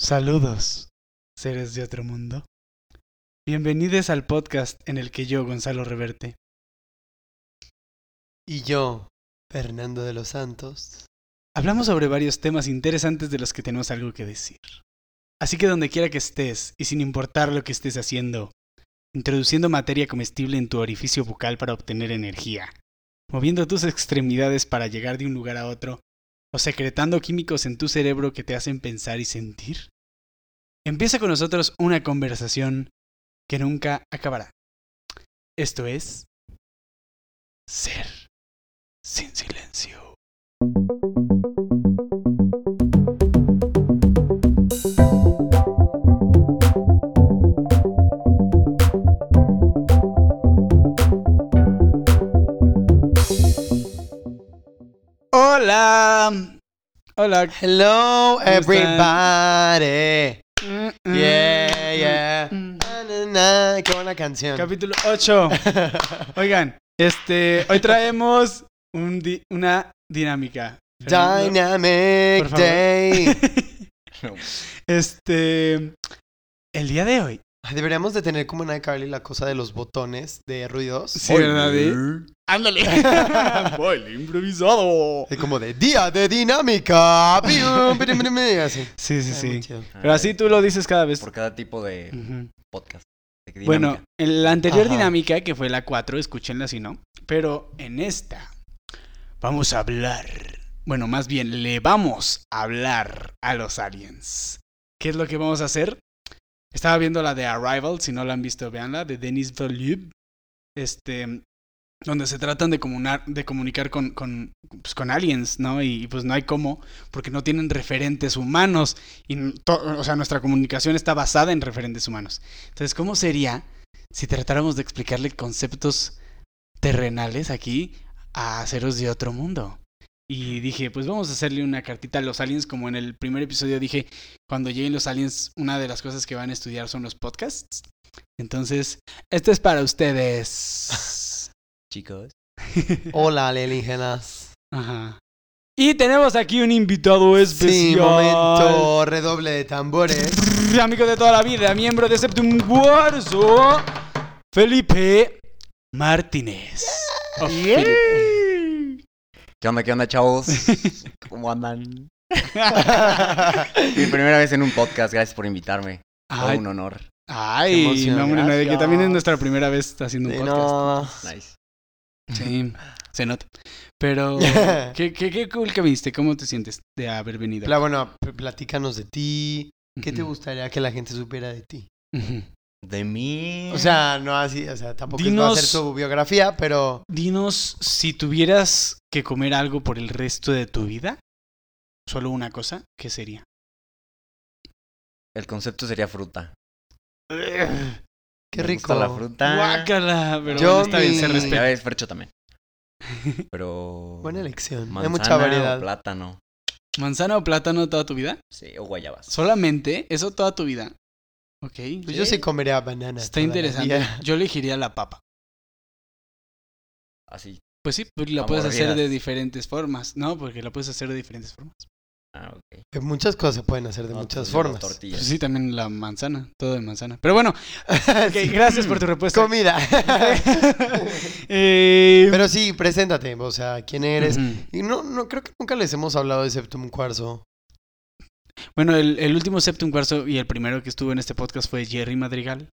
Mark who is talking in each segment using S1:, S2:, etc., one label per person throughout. S1: Saludos, seres de otro mundo. Bienvenidos al podcast en el que yo, Gonzalo Reverte,
S2: Y yo, Fernando de los Santos.
S1: hablamos sobre varios temas interesantes de los que tenemos algo que decir. Así que donde quiera que estés, y sin importar lo que estés haciendo, introduciendo materia comestible en tu orificio bucal para obtener energía, moviendo tus extremidades para llegar de un lugar a otro, o secretando químicos en tu cerebro que te hacen pensar y sentir, empieza con nosotros una conversación que nunca acabará. Esto es ser sin silencio. Hola. Hola.
S2: Hello,
S1: están?
S2: everybody.
S1: Mm, mm,
S2: Yeah, yeah.
S1: mm, mm.
S2: Na, na, na, Qué buena canción.
S1: Capítulo 8. Oigan, este, hoy traemos un di- una dinámica. Fernando,
S2: Dynamic
S1: Por favor.
S2: Day.
S1: Este, el día de hoy.
S2: Ay, Deberíamos de tener como en iCarly la cosa de los botones de ruidos.
S1: Sí, ¿verdad? eh?
S3: Ándale.
S1: Baile improvisado.
S2: De Como de día de dinámica. Pium, pirim, pirim, pirim, Así.
S1: Sí, sí,
S2: Ay, muy
S1: sí.
S2: chido.
S1: Pero así tú lo dices cada vez.
S3: Por cada tipo de
S1: Ujú.
S3: podcast. de
S1: Bueno,
S3: dinámica.
S1: en la anterior
S2: Ajá.
S1: dinámica, que fue la 4, escúchenla si no. Pero en esta, vamos a hablar. Bueno, más bien, le vamos a hablar a los aliens. ¿Qué es lo que vamos a hacer? Estaba viendo la de Arrival, si no la han visto, véanla, de Denis Villeneuve. Este, donde se tratan de, comunar, de comunicar con, con, pues, con aliens, ¿no? Y, y, pues no hay cómo, porque no tienen referentes humanos. Y, n- to- o sea, nuestra comunicación está basada en referentes humanos. Entonces, ¿cómo sería si tratáramos de explicarle conceptos terrenales aquí a seres de otro mundo? Y dije, pues vamos a hacerle una cartita a los aliens, como en el primer episodio dije, cuando lleguen los aliens, una de las cosas que van a estudiar son los podcasts. Entonces, este es para ustedes.
S3: chicos.
S2: Hola, alienígenas.
S1: Ajá. Y tenemos aquí un invitado especial.
S2: Sí, momento. Redoble de tambores.
S1: Amigo de toda la vida, miembro de Septum Guarzo, Felipe Martínez. Oh, Felipe.
S3: ¿Qué onda, qué onda, chavos? ¿Cómo andan? Mi primera vez en un podcast, gracias por invitarme. Fue
S1: Ay,
S3: un honor.
S1: ay,
S2: Qué emoción,
S1: no, hombre, no, de que
S2: gracias.
S1: también es nuestra primera vez haciendo un
S2: Sí,
S1: podcast.
S2: no.
S3: Nice.
S1: Sí, se nota. Pero, ¿qué, qué, qué cool que viste? ¿Cómo te sientes de haber venido?
S2: Pla- bueno, pl- platícanos de ti. ¿Qué te
S1: Ujú,
S2: gustaría que la gente supiera de ti?
S1: ujú.
S3: De mí.
S2: O sea, no así, o sea, tampoco es va a
S1: Dinos-
S2: ser tu biografía, pero
S1: Dinos, si tuvieras que comer algo por el resto de tu vida, solo una cosa, ¿qué sería?
S3: el concepto sería fruta.
S2: qué
S3: Me
S2: rico.
S3: gusta la fruta.
S1: Guácala, pero
S2: Yo
S1: bueno, está bien,
S2: mi-
S1: se
S2: Ay,
S3: Ya
S1: respeta.
S3: ves, Fercho también. Pero.
S2: Buena elección. Hay
S3: manzana
S2: mucha
S3: o
S2: variedad.
S3: plátano.
S1: ¿Manzana o plátano toda tu vida?
S3: Sí, o guayabas.
S1: ¿Solamente? ¿Eso toda tu vida? Ok.
S2: Pues yo sí comería banana.
S1: Está
S2: toda la
S1: interesante.
S2: vida.
S1: Yo elegiría la papa.
S3: Así.
S1: Pues sí, pues la
S3: A
S1: puedes hacer de
S3: mordidas.
S1: diferentes formas, ¿no? Porque la puedes hacer de diferentes formas.
S3: Ah, ok.
S2: Que Eh, Muchas cosas se pueden hacer de
S3: No,
S2: muchas
S3: pues,
S2: formas.
S3: Tortillas.
S1: Pues sí, también la manzana, todo de manzana. Pero bueno, ok,
S2: Sí.
S1: gracias por tu respuesta.
S2: Comida.
S1: Eh,
S2: pero sí, preséntate, o sea, quién eres.
S1: ujú.
S2: Y no, no creo que nunca les hemos hablado de Septum Cuarzo.
S1: Bueno, el, el último Septum Cuarzo y el primero que estuvo en este podcast fue Jerry Madrigal,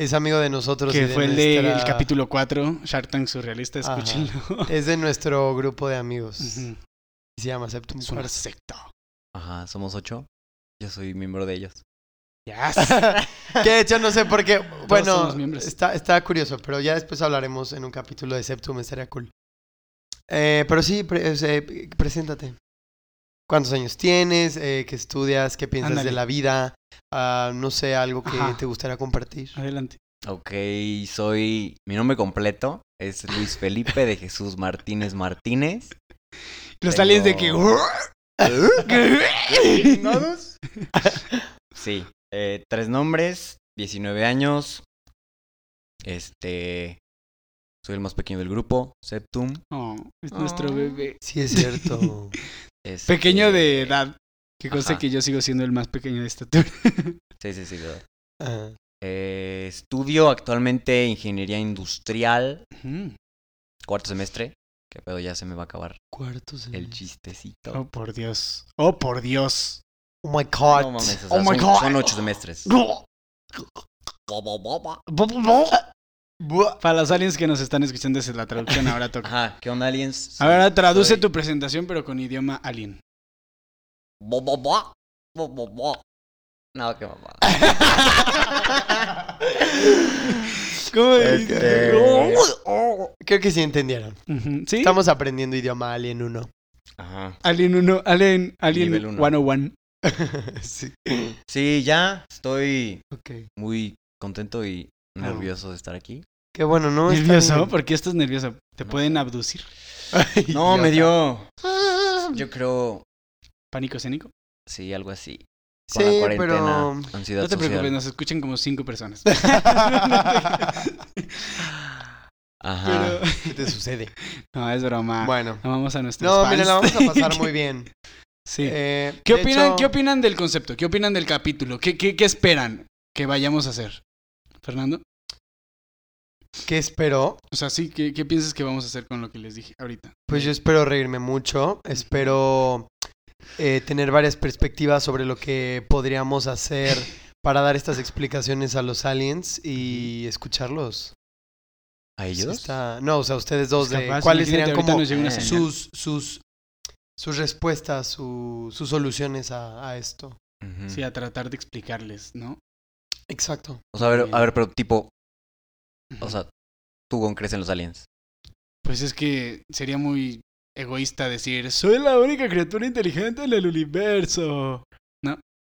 S2: Es amigo de nosotros. y
S1: que
S2: de
S1: fue el del
S2: nuestra-
S1: capítulo 4, Shark Tank Surrealista,
S2: Ajá.
S1: escúchenlo.
S2: Es de nuestro grupo de amigos.
S1: Ujú.
S2: Se llama Septum
S1: Es una
S2: Cuarzo.
S1: secta.
S3: Ajá, somos ocho. Yo soy miembro de ellos.
S1: Yes.
S2: que de hecho no sé por qué. Bueno,
S1: somos miembros.
S2: está, está curioso, pero ya después hablaremos en un capítulo de Septum, estaría cool. Eh, pero sí, pre- es, eh, preséntate. ¿Cuántos años tienes? Eh, ¿Qué estudias? ¿Qué piensas
S1: Ándale.
S2: de la vida? Ah, no sé, algo que
S1: Ajá.
S2: te gustaría compartir.
S1: Adelante.
S3: Ok, soy. Mi nombre completo es Luis Felipe de Jesús Martínez Martínez.
S1: Los
S3: Tengo-
S1: aliens de que...
S3: Sí, eh, tres nombres, 19 años. Este. Soy el más pequeño del grupo, Septum.
S1: Oh, es nuestro
S3: Oh.
S1: bebé.
S2: Sí, es cierto.
S3: este,
S1: Pequeño de edad. Que conste
S3: Ajá.
S1: que yo sigo siendo el más pequeño de estatura.
S3: Sí, sí, sí. claro.
S2: Ajá.
S3: Eh, estudio actualmente ingeniería industrial,
S1: Ujú.
S3: cuarto semestre. Que pedo, ya se me va a acabar
S2: Cuarto
S3: el
S2: semestre.
S3: chistecito.
S1: Mm. Oh, por Dios. Oh, por Dios.
S2: Oh my god.
S3: No mames, o sea,
S1: Oh my
S3: son,
S1: God.
S3: son ocho semestres.
S1: Para los aliens que nos están escuchando, esa es la traducción. Ahora toca.
S3: Ajá, ¿qué onda, aliens?
S1: Ahora traduce
S3: soy-
S1: tu presentación, pero con idioma alien.
S3: No, qué mamá.
S1: ¿Cómo
S3: Este-
S2: Creo que sí entendieron.
S1: Ujú, ¿Sí?
S2: Estamos aprendiendo idioma alien 1.
S3: Ajá.
S1: Alien 1, Alien, Alien
S3: Nivel uno.
S1: 101.
S2: sí.
S3: Sí, ya estoy
S2: Ok.
S3: muy contento y nervioso de estar aquí.
S2: Qué bueno, ¿no? Está
S1: ¿Nervioso?
S2: bien.
S1: ¿Por qué estás nervioso? ¿Te
S3: No
S1: pueden
S3: sé.
S1: abducir?
S2: Ay,
S3: No, me
S2: idiota.
S3: dio. Yo creo,
S1: ¿Pánico escénico?
S3: sí, algo así. Con la
S2: Sí,
S3: cuarentena,
S2: pero.
S3: ansiedad
S1: No te
S3: social.
S1: preocupes, nos escuchan como cinco personas.
S3: Ajá. Ah.
S1: Pero-
S2: ¿Qué te sucede?
S1: No, es broma.
S2: Bueno.
S1: Amamos a nuestros
S2: No,
S1: fans.
S2: miren, la vamos a pasar muy bien.
S1: Sí.
S2: Eh,
S1: ¿Qué
S2: de
S1: opinan,
S2: hecho-
S1: ¿Qué opinan del concepto? ¿Qué opinan del capítulo? ¿Qué, qué, qué esperan que vayamos a hacer? Fernando,
S2: ¿Qué espero?
S1: o sea, sí, ¿qué, qué piensas que vamos a hacer con lo que les dije ahorita?
S2: Pues yo espero reírme mucho, espero eh, tener varias perspectivas sobre lo que podríamos hacer para dar estas explicaciones a los aliens y escucharlos.
S3: ¿A ellos?
S2: Sí está- No, o sea, ustedes dos,
S1: Pues
S2: de
S1: capaz,
S2: cuáles
S1: imagínate,
S2: serían
S1: ahorita
S2: como
S1: nos llega una
S3: eh,
S1: señal.
S2: sus, sus, sus respuestas, su- sus soluciones a, a esto.
S3: Ujú.
S1: Sí, a tratar de explicarles, ¿no?
S2: Exacto.
S3: O sea, a ver,
S1: Bien.
S3: a ver, pero tipo, o sea, ¿tú con crees en los aliens?
S1: Pues es que sería muy egoísta decir, soy la única criatura inteligente en el universo.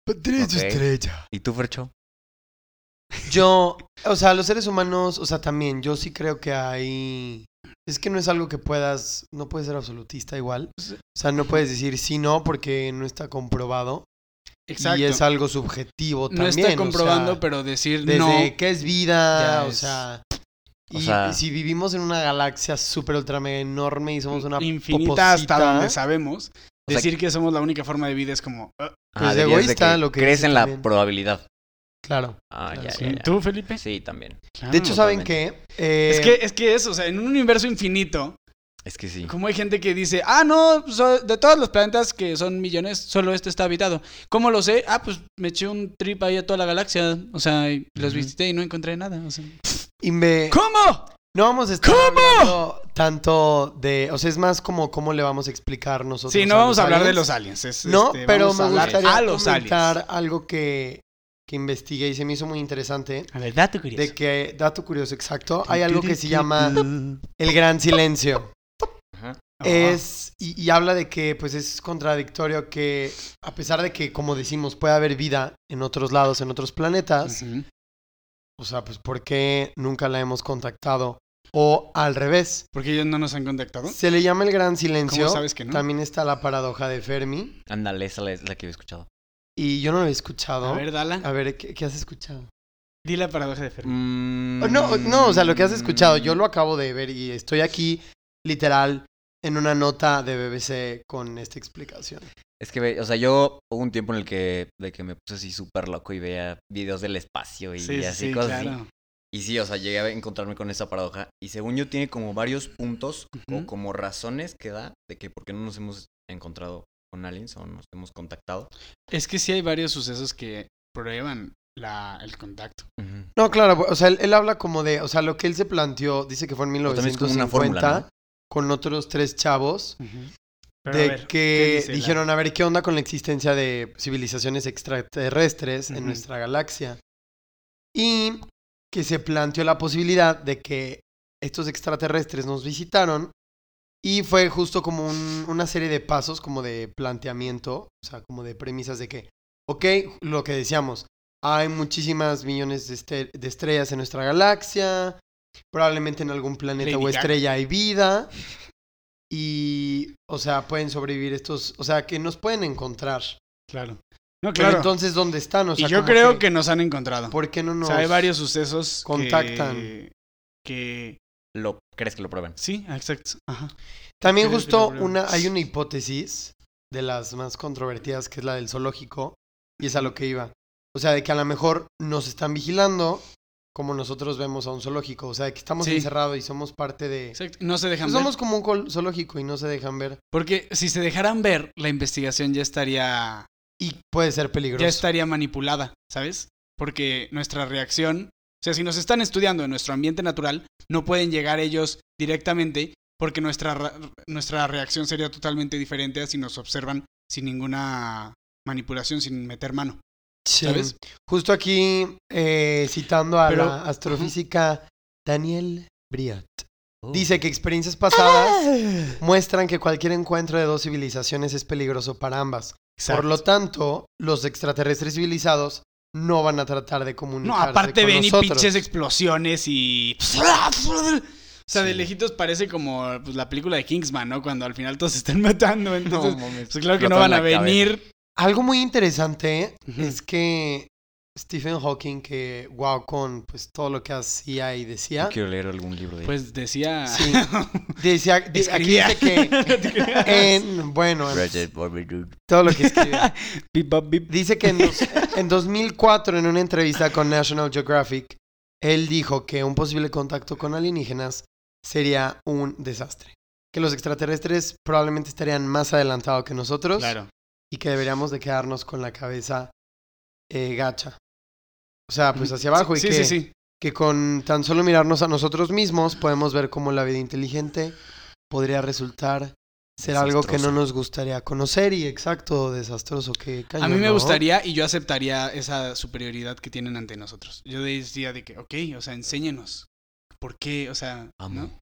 S2: Patricio
S3: Ok.
S2: Estrella.
S3: ¿Y tú, Fercho?
S2: Yo, o sea, los seres humanos, o sea, también, yo sí creo que hay... Es que no es algo que puedas, no puedes ser absolutista igual.
S1: Pues, eh,
S2: O sea, no puedes decir sí, no, porque no está comprobado.
S1: Exacto.
S2: Y es algo subjetivo
S1: no
S2: también.
S1: está
S2: o
S1: comprobando,
S2: sea,
S1: pero decir
S2: Desde
S1: no.
S2: qué es vida,
S1: ya
S2: o
S1: es-
S2: sea...
S3: O
S2: Y,
S3: sea-
S2: y si vivimos en una galaxia súper ultra mega enorme y somos una
S1: infinita
S2: poposita,
S1: hasta donde sabemos.
S3: O sea,
S1: decir que somos la única forma de vida es como... ah,
S3: Ah,
S2: es
S3: dirías de
S2: Pues egoísta lo que
S3: Crees
S2: dice
S3: en la
S2: también.
S3: probabilidad.
S2: Claro.
S3: Ah,
S2: Claro,
S3: ya,
S2: sí.
S3: ya, ya.
S1: ¿Tú, Felipe?
S3: Sí, también.
S2: De
S1: Claro.
S2: hecho, ¿saben qué?
S3: totalmente.
S2: Eh,
S1: Es que, es que eso, o sea, en un universo infinito,
S3: Es que sí.
S1: como hay gente que dice, ah, no, so- de todos los planetas que son millones, solo este está habitado. ¿Cómo lo sé? Ah, pues me eché un trip ahí a toda la galaxia, o sea, y los
S3: Ujú.
S1: visité y no encontré nada. o sea.
S2: Inve-
S1: ¿Cómo?
S2: No vamos a estar
S1: ¿Cómo?
S2: hablando tanto de. O sea, es más como cómo le vamos a explicar nosotros.
S1: Sí, no vamos
S2: los
S1: a hablar de
S2: aliens.
S1: los aliens. es,
S2: No,
S1: este,
S2: pero
S1: vamos a
S2: me
S1: hablar
S2: gustaría
S1: a los
S2: comentar
S1: aliens.
S2: algo que, que investigué y se me hizo muy interesante.
S1: A ver, dato
S2: De
S1: curioso.
S2: que, dato curioso, exacto, hay algo que se llama el gran silencio.
S3: Ajá.
S1: Ah.
S2: Es, y, y habla de que pues es contradictorio que a pesar de que, como decimos, puede haber vida en otros lados, en otros planetas,
S1: Ujú.
S2: o sea, pues ¿por qué nunca la hemos contactado? O al revés,
S1: Porque ellos no nos han contactado.
S2: Se le llama el gran silencio.
S1: ¿Cómo sabes que no?
S2: También está la paradoja de Fermi.
S3: Ándale, esa es la que había escuchado.
S2: Y yo no lo he escuchado.
S1: A ver,
S2: A
S1: dala.
S2: ver, ¿qué, qué has escuchado?
S1: Di la paradoja de Fermi.
S3: Mm.
S2: Oh, No, no, o sea, lo que has escuchado, yo lo acabo de ver y estoy aquí, literal, en una nota de BBC con esta explicación.
S3: Es que, ve- o sea, yo hubo un tiempo en el que, de que me puse así súper loco y veía videos del espacio y
S1: Mm, Sí, sí,
S3: así
S1: sí,
S3: cosas así.
S1: claro.
S3: Y sí, o sea, llegué a encontrarme con esa paradoja. Y según yo, tiene como varios puntos
S1: Ujú.
S3: o como razones que da de que por qué no nos hemos encontrado con aliens o nos hemos contactado.
S1: Es que sí hay varios sucesos que prueban la, el contacto.
S2: No, claro, o sea, él, él habla como de, o sea, lo que él se planteó, dice que fue en
S3: O también es como
S2: 1950
S3: una fórmula, ¿no?
S2: con otros tres chavos.
S1: Pero a
S2: de
S1: ver, ¿qué
S2: que
S1: dice la-
S2: dijeron, a ver, ¿qué onda con la existencia de civilizaciones extraterrestres en
S1: Ujú.
S2: nuestra galaxia? Y que se planteó la posibilidad de que estos extraterrestres nos visitaron y fue justo como un- una serie de pasos, como de planteamiento, o sea, como de premisas de que, ok, lo que decíamos, hay muchísimas millones de, este- de estrellas en nuestra galaxia, probablemente en algún planeta
S1: Lady
S2: o
S1: Gaga.
S2: estrella hay vida. Y, o sea, pueden sobrevivir estos, o sea, que nos pueden encontrar.
S1: Claro. No,
S2: Pero
S1: claro.
S2: entonces, ¿dónde están? O sea,
S1: y yo
S2: como
S1: creo que... nos han encontrado.
S2: ¿Por qué no
S1: O
S2: nos...?
S1: sea, hay varios sucesos que-
S2: contactan.
S1: que...
S3: ¿Lo crees que lo prueban?
S1: Sí, exacto. Ajá.
S2: También
S1: Sí, sí,
S2: justo
S1: lo creo.
S2: una, hay una hipótesis de las más controvertidas, que es la del zoológico, y es a lo que iba. O sea, de que a lo mejor nos están vigilando como nosotros vemos a un zoológico. O sea, de que estamos
S1: Sí.
S2: encerrados y somos parte de...
S1: Exacto, No se dejan
S2: Pues
S1: ver.
S2: somos como un col- zoológico y no se dejan ver.
S1: Porque si se dejaran ver, la investigación ya estaría.
S2: Y puede ser peligroso.
S1: Ya estaría manipulada, ¿sabes? Porque nuestra reacción. O sea, si nos están estudiando en nuestro ambiente natural, no pueden llegar ellos directamente porque nuestra, ra- nuestra reacción sería totalmente diferente a si nos observan sin ninguna manipulación, sin meter mano.
S2: Sí.
S1: ¿sabes?
S2: Justo aquí, eh, citando a
S1: Pero-
S2: la astrofísica Daniel Briat.
S3: Oh.
S2: Dice que experiencias pasadas muestran que cualquier encuentro de dos civilizaciones es peligroso para ambas. Por lo tanto, los extraterrestres civilizados no van a tratar de
S1: No,
S2: comunicarse
S1: aparte
S2: con
S1: ven y
S2: nosotros.
S1: pinches explosiones y... O sea, de
S3: Sí.
S1: lejitos parece como pues, la película de Kingsman, ¿no? Cuando al final todos se están matando. Entonces,
S3: No mames.
S1: pues, claro que no
S3: Explotó
S1: van a
S3: en la
S1: venir.
S2: Algo muy interesante
S1: Ujú.
S2: es que Stephen Hawking, que wow, con pues todo lo que hacía y decía,
S3: Yo Quiero leer algún libro de
S1: Pues decía...
S2: Sí. decía di- aquí
S1: Escribía.
S2: dice que en, bueno, en
S3: Project
S1: pues,
S3: Barbie
S2: todo lo que escribía.
S1: Bip, bap, bip.
S2: Dice que en, dos- en 2004, en una entrevista con National Geographic, él dijo que un posible contacto con alienígenas sería un desastre. Que los extraterrestres probablemente estarían más adelantados que nosotros
S1: Claro.
S2: y que deberíamos de quedarnos con la cabeza eh, gacha. O sea, pues hacia
S1: Sí,
S2: abajo y
S1: Mm, sí, sí,
S2: que,
S1: sí.
S2: que con tan solo mirarnos a nosotros mismos podemos ver cómo la vida inteligente podría resultar ser algo que no
S3: Desastrosa.
S2: nos gustaría conocer y exacto, desastroso. Que
S1: A mí me gustaría y yo aceptaría esa superioridad que tienen ante nosotros. Yo decía de que, ok, o sea, enséñenos. ¿Por qué? O sea,
S3: Amo.
S1: ¿no?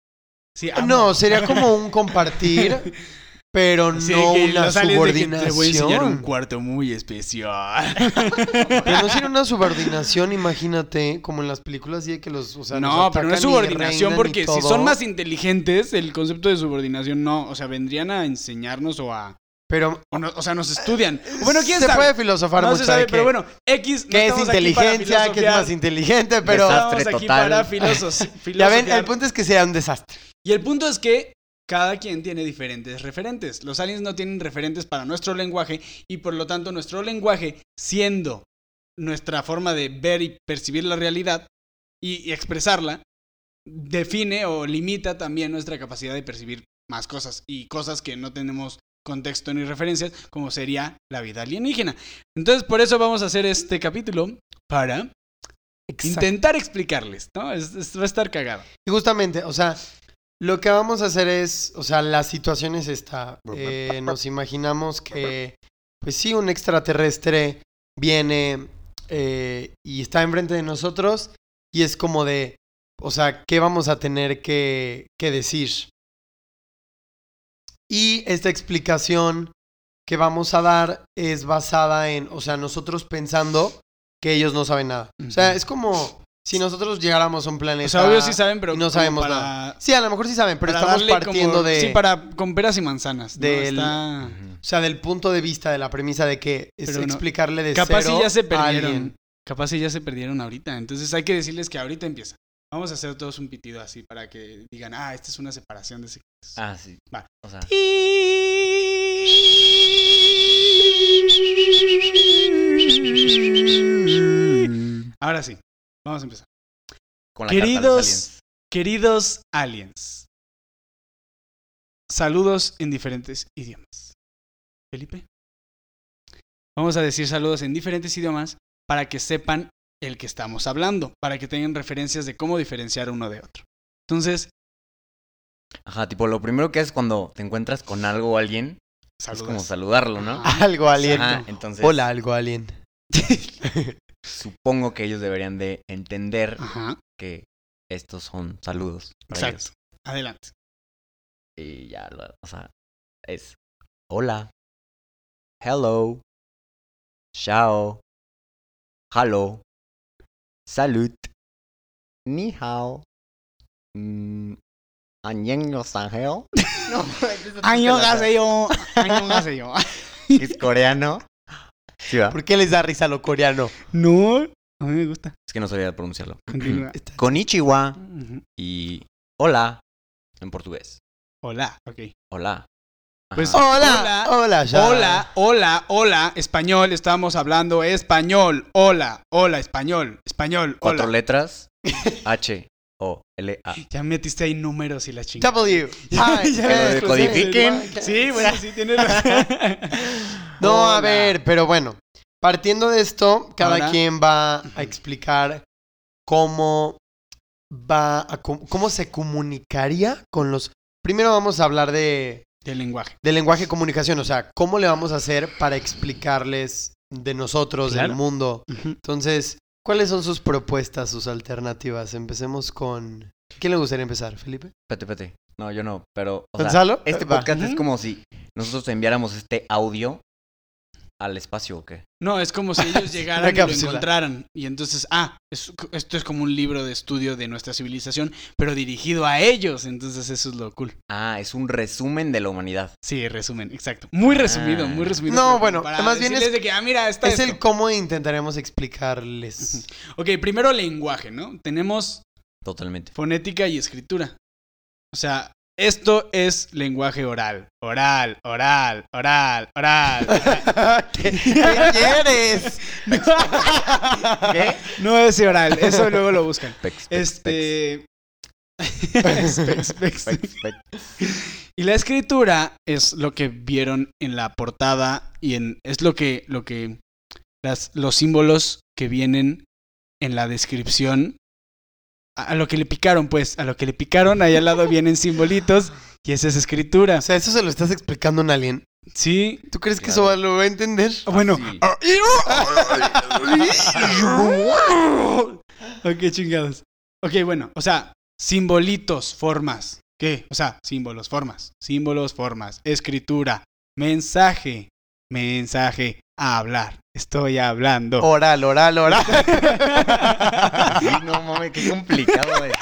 S1: Sí,
S2: Ah,
S1: amo.
S2: No, sería como un compartir, pero no
S1: Sí, que
S2: una
S1: los aliens de que
S2: subordinación.
S1: Te voy a enseñar un cuarto muy especial.
S2: Pero no sería una subordinación, imagínate, como en las películas de que los, o sea, nos
S1: no, pero no es
S2: atacan y
S1: subordinación
S2: reinan y
S1: porque si
S2: todo,
S1: son más inteligentes, el concepto de subordinación no. O sea, vendrían a enseñarnos o a.
S2: pero
S1: O, no- o sea, nos estudian. Bueno, quién
S2: Eh, se
S1: sabe.
S2: puede filosofar
S1: no
S2: mucho
S1: se sabe,
S2: de que,
S1: pero bueno, X. no
S2: qué es
S1: estamos aquí para
S2: inteligencia, qué es
S1: filosofiar.
S2: más inteligente, pero
S1: No estamos
S3: Desastre
S1: aquí para
S3: total.
S1: filosos-
S2: ya ven, el
S1: filosofiar.
S2: punto es que sea un desastre.
S1: Y el punto es que cada quien tiene diferentes referentes. Los aliens no tienen referentes para nuestro lenguaje y por lo tanto nuestro lenguaje, siendo nuestra forma de ver y percibir la realidad y, y expresarla, define o limita también nuestra capacidad de percibir más cosas y cosas que no tenemos contexto ni referencias, como sería la vida alienígena. Entonces, por eso vamos a hacer este capítulo para intentar explicarles, ¿no? Es- es- va a estar cagado.
S2: Y justamente, o sea, lo que vamos a hacer es, o sea, la situación es esta. Eh, nos imaginamos que, pues sí, un extraterrestre viene eh, y está enfrente de nosotros y es como de, o sea, ¿qué vamos a tener que, que decir? Y esta explicación que vamos a dar es basada en, o sea, nosotros pensando que ellos no saben nada. O sea,
S1: Ujú.
S2: es como si nosotros llegáramos a un planeta.
S1: O sea, obvio sí saben, pero
S2: y no
S1: como
S2: sabemos
S1: para-
S2: nada. Sí, a lo mejor sí saben, pero
S1: para
S2: estamos
S1: darle
S2: partiendo
S1: como-
S2: de,
S1: Sí, para con peras y manzanas. ¿no?
S2: del-
S1: Está-
S2: o sea, del punto de vista de la premisa de que es
S1: Pero no-
S2: explicarle de
S1: Capaz
S2: cero
S1: y ya se
S2: a
S1: perdieron.
S2: alguien.
S1: Capaz y ya se perdieron ahorita. Entonces hay que decirles que ahorita empieza. Vamos a hacer todos un pitido así para que digan, ah, esta es una separación de sexos.
S3: Ah, sí.
S1: Va.
S3: O sea,
S1: Ahora sí, vamos a empezar.
S3: con la carta de los aliens.
S1: Queridos, queridos aliens. Saludos en diferentes idiomas. Felipe. Vamos a decir saludos en diferentes idiomas para que sepan el que estamos hablando, para que tengan referencias de cómo diferenciar uno de otro. Entonces,
S3: Ajá, tipo, lo primero que haces cuando te encuentras con algo o alguien
S1: saludos.
S3: es como saludarlo, ¿no?
S1: Ah,
S2: Algo alien.
S3: Ajá, entonces
S2: Hola, algo alien.
S3: supongo que ellos deberían de entender
S1: Ajá,
S3: que estos son saludos. para
S1: Ah. exacto. Adelante.
S3: ellos. Y ya, lo- o sea, es hola, hello, chao, hello, salud, ni hao, mm, 안녕하세요. No,
S1: Añogaseyo, añogaseyo.
S3: es coreano. Sí, va.
S2: ¿Por qué les da risa lo coreano?
S1: No, a mí me gusta.
S3: Es que no sabía pronunciarlo.
S1: Continúa.
S3: Konnichiwa
S1: Ujú.
S3: y hola en portugués.
S1: Hola, ok.
S3: Hola.
S1: Pues,
S3: Ajá.
S2: Hola, hola, ya.
S1: Hola, hola, hola, español, estábamos hablando español. Hola, hola, español, español,
S3: Cuatro
S1: hola.
S3: letras. H, O, L, A.
S1: Ya metiste ahí números y la chingada.
S2: W.
S1: Ya,
S2: Ay,
S1: ya lo
S2: eh,
S3: decodifiquen.
S2: exclusivo.
S1: Sí, bueno, sí tienes razón.
S2: No,
S1: Hola.
S2: a ver, pero bueno. Partiendo de esto, cada
S1: Ahora-
S2: quien va a explicar cómo va a com- cómo se comunicaría con los. Primero vamos a hablar de
S1: Del lenguaje.
S2: del lenguaje de comunicación, o sea, cómo le vamos a hacer para explicarles de nosotros,
S1: Claro.
S2: del mundo. Entonces, ¿cuáles son sus propuestas, sus alternativas? Empecemos con ¿Quién le gustaría empezar, Felipe?
S3: Espérate, espérate. No, yo no, pero. o sea,
S2: ¿Gonzalo?
S3: este
S2: Va.
S3: podcast es
S1: Ujú.
S3: como si nosotros enviáramos este audio al espacio o qué.
S1: No, es como si ellos
S2: Una
S1: llegaran y lo
S2: cápsula.
S1: encontraran. Y entonces, ah, es- esto es como un libro de estudio de nuestra civilización, pero dirigido a ellos. Entonces, eso es lo cool.
S3: Ah, es un resumen de la humanidad.
S1: Sí, resumen, exacto. Muy resumido, muy resumido.
S2: Ah. No,
S1: pero como
S2: bueno,
S1: para
S2: más bien es-
S1: decirles de que, ah, mira, está
S2: Es
S1: esto.
S2: el cómo intentaremos explicarles.
S1: Ok, primero lenguaje, ¿no? Tenemos
S3: Totalmente.
S1: fonética y escritura. O sea, esto es lenguaje oral. Oral, oral, oral, oral.
S2: ¿Qué, qué quieres?
S3: ¿Qué?
S1: No es oral, eso luego lo buscan.
S3: Pex, pex, pex,
S1: Este. Specs, specs.
S3: pex, pex.
S1: Y la escritura es lo que vieron en la portada y en es lo que lo que las, los símbolos que vienen en la descripción a, a lo que le picaron pues a lo que le picaron ahí al lado vienen simbolitos y esa es escritura.
S2: O sea, eso se lo estás explicando a un alien.
S1: Sí.
S2: ¿Tú crees que
S3: Claro.
S2: eso lo va a entender?
S1: Bueno.
S3: Fácil.
S1: ok, chingados. Ok, bueno, o sea, simbolitos, formas. ¿Qué? O sea, símbolos, formas. Símbolos, formas. Escritura. Mensaje. Mensaje. A hablar. Estoy hablando.
S2: Oral, oral,
S1: Ah,
S2: oral.
S3: Sí, no mames, qué complicado. güey.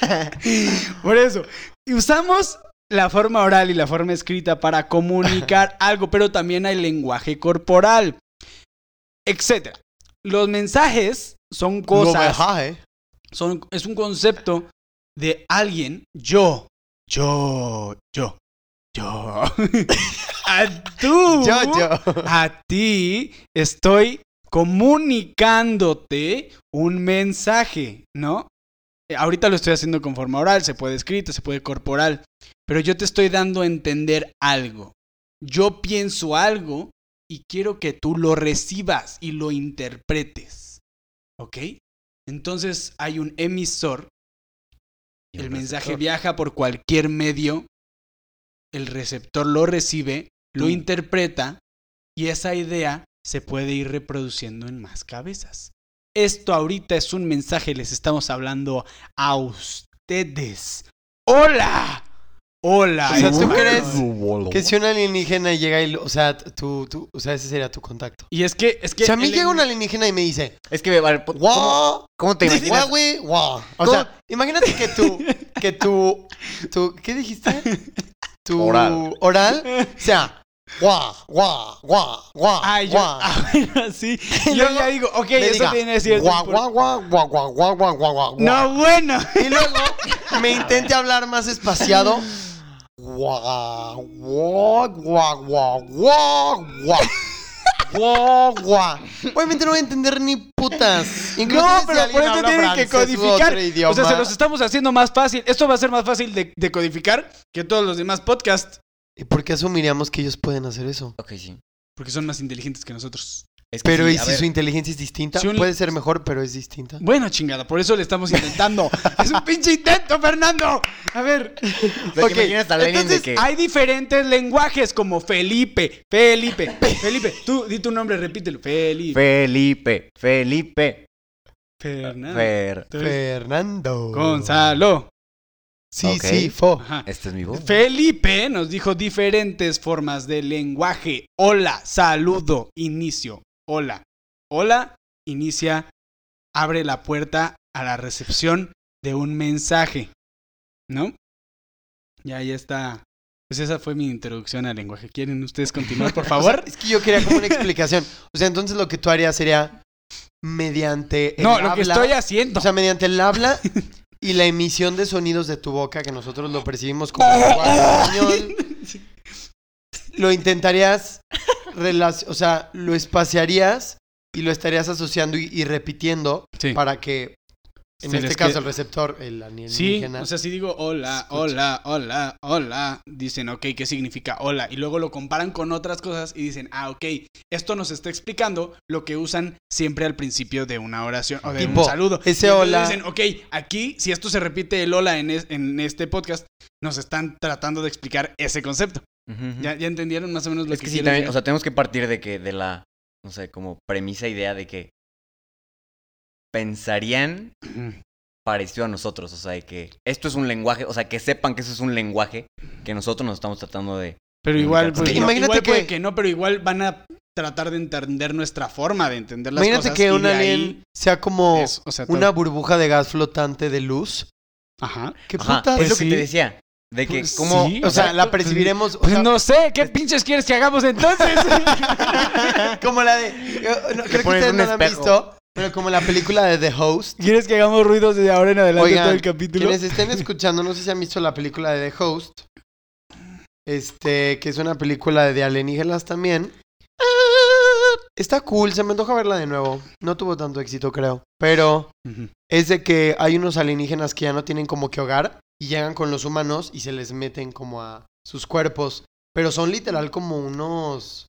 S1: Por eso, y usamos la forma oral y la forma escrita para comunicar algo, pero también hay lenguaje corporal, etcétera. Los mensajes son cosas,
S2: Gobejaje.
S1: son, es un concepto de alguien, yo, yo, yo, yo, a tú,
S2: Yo, yo.
S1: a ti estoy comunicándote un mensaje, ¿no? Eh, Ahorita lo estoy haciendo con forma oral, se puede escrita, se puede corporal, pero yo te estoy dando a entender algo. Yo pienso algo y quiero que tú lo recibas y lo interpretes, ¿ok? Entonces hay un emisor,
S3: Y un
S1: el mensaje
S3: receptor.
S1: viaja por cualquier medio, el receptor lo recibe, lo
S3: Tú.
S1: interpreta y esa idea se puede ir reproduciendo en más cabezas. Esto ahorita es un mensaje, les estamos hablando a ustedes. ¡Hola! ¡Hola!
S2: O sea, ¿tú
S1: hermano!
S2: crees Que si un alienígena llega y, lo- o sea, tú, tú, o sea, ese sería tu contacto.
S1: Y es que... Es que
S2: Si a mí
S1: el-
S2: llega un alienígena y me dice,
S3: Es que, vale, po- ¿cómo,
S2: wow,
S3: cómo te imaginas?
S2: wow, güey, wow. O
S3: ¿Cómo?
S2: sea, imagínate que tú, que tú, tú, ¿qué dijiste? Tu
S3: Oral.
S2: oral, o sea, wow, wow, wow, wow,
S1: Ay, yo...
S2: wow.
S1: Ah, bueno, sí. Yo
S2: luego
S1: ya digo, ok,
S2: me
S1: eso
S2: diga,
S1: tiene cierto...
S2: guau,
S1: import-
S2: guau, guau, guau, guau, guau, guau, guau, guau, guau.
S1: No, bueno.
S2: Y luego me intente hablar más espaciado. Guau, guau, guau, guau, guau, guau. Guau, guau. Obviamente no voy a entender ni putas. Incluso
S1: No,
S2: si
S1: pero
S2: alguien
S1: por eso
S2: habla
S1: tienen que
S2: francés u otro
S1: codificar. O sea,
S2: idioma.
S1: se los estamos haciendo más fácil. Esto va a ser más fácil de, de codificar que todos los demás podcasts.
S2: ¿Y por qué asumiríamos que ellos pueden hacer eso?
S3: Ok, sí.
S1: Porque son más inteligentes que nosotros.
S3: Es que
S2: Pero
S3: sí,
S2: ¿y
S3: a
S2: si
S3: ver,
S2: su inteligencia es distinta?
S1: Si un-
S2: Puede ser mejor, pero es distinta.
S1: Bueno, chingada, por eso le estamos intentando. es un pinche intento, Fernando. A ver,
S3: o sea,
S2: Ok,
S3: ¿te imaginas a Lenin
S1: entonces
S3: de que...
S1: hay diferentes lenguajes como Felipe, Felipe, Felipe. Tú di tu nombre, repítelo. Felipe,
S3: Felipe, Felipe,
S1: Fernando,
S3: Fer...
S2: Fernando.
S1: Gonzalo.
S2: Sí,
S3: Ok.
S2: sí, fo.
S1: Ajá.
S3: Este es mi voz.
S1: Felipe nos dijo diferentes formas de lenguaje. Hola, saludo, inicio. Hola. Hola, inicia, abre la puerta a la recepción de un mensaje. ¿No? Y ahí está. Pues esa fue mi introducción al lenguaje. ¿Quieren ustedes continuar, por favor?
S2: Es que yo quería como una explicación. O sea, entonces lo que tú harías sería mediante el
S1: no,
S2: habla,
S1: lo que estoy haciendo.
S2: o sea, mediante el habla y la emisión de sonidos de tu boca que nosotros lo percibimos como lenguaje español. lo intentarías, relac- o sea, lo espaciarías y lo estarías asociando y, y repitiendo
S1: Sí.
S2: para que, en
S1: Se
S2: este
S1: les
S2: caso,
S1: quede-
S2: el receptor, el
S1: Sí,
S2: alienígena,
S1: o sea, si digo hola,
S2: Escucha.
S1: hola, hola, hola, dicen, ok, ¿qué significa hola? Y luego lo comparan con otras cosas y dicen, ah, ok, esto nos está explicando lo que usan siempre al principio de una oración o de
S2: Tipo,
S1: un saludo.
S2: ese
S1: Y entonces
S2: hola-
S1: Dicen, ok, aquí, si esto se repite el hola en, es- en este podcast, nos están tratando de explicar ese concepto.
S3: Ujú.
S1: ¿Ya, ya entendieron más o menos lo
S3: Es
S1: que,
S3: que sí,
S1: quiero
S3: también,
S1: llegar?
S3: o sea, tenemos que partir de que, de la, no sé, como premisa, idea de que pensarían
S2: mm,
S1: Ujú.
S3: parecido a nosotros, o sea, de que esto es un lenguaje, o sea, que sepan que eso es un lenguaje que nosotros nos estamos tratando de...
S1: Pero igual,
S3: Comunicación.
S1: pues, no,
S2: Imagínate
S1: igual puede
S2: que-
S1: que no, pero igual van a tratar de entender nuestra forma de entender las
S2: imagínate
S1: cosas.
S2: que
S1: y
S2: un
S1: de
S2: alien
S1: ahí
S2: sea como
S1: es, o sea, todo-
S2: una burbuja de gas flotante de luz.
S1: Ajá.
S2: ¿Qué
S3: Ajá,
S2: putas?
S1: pues
S3: es lo
S1: sí.
S3: que te decía, de que
S1: Pues
S3: como...
S1: sí, Pues
S2: o sea, la percibiremos. o sea,
S1: no sé, ¿qué pinches quieres que hagamos entonces?
S2: como la de. eh, no, creo que
S3: pones
S2: ustedes
S3: un
S2: no la han
S3: espejo.
S2: visto, pero como la película de The Host.
S1: ¿Quieres que hagamos ruidos desde ahora en adelante
S2: Oigan,
S1: todo el capítulo?
S2: Quienes estén escuchando, no sé si han visto la película de The Host. Este, que es una película de alienígenas también. Está cool, se me antoja verla de nuevo. No tuvo tanto éxito, creo. Pero
S1: Ujú.
S2: es de que hay unos alienígenas que ya no tienen como que hogar y llegan con los humanos y se les meten como a sus cuerpos. Pero son literal como unos.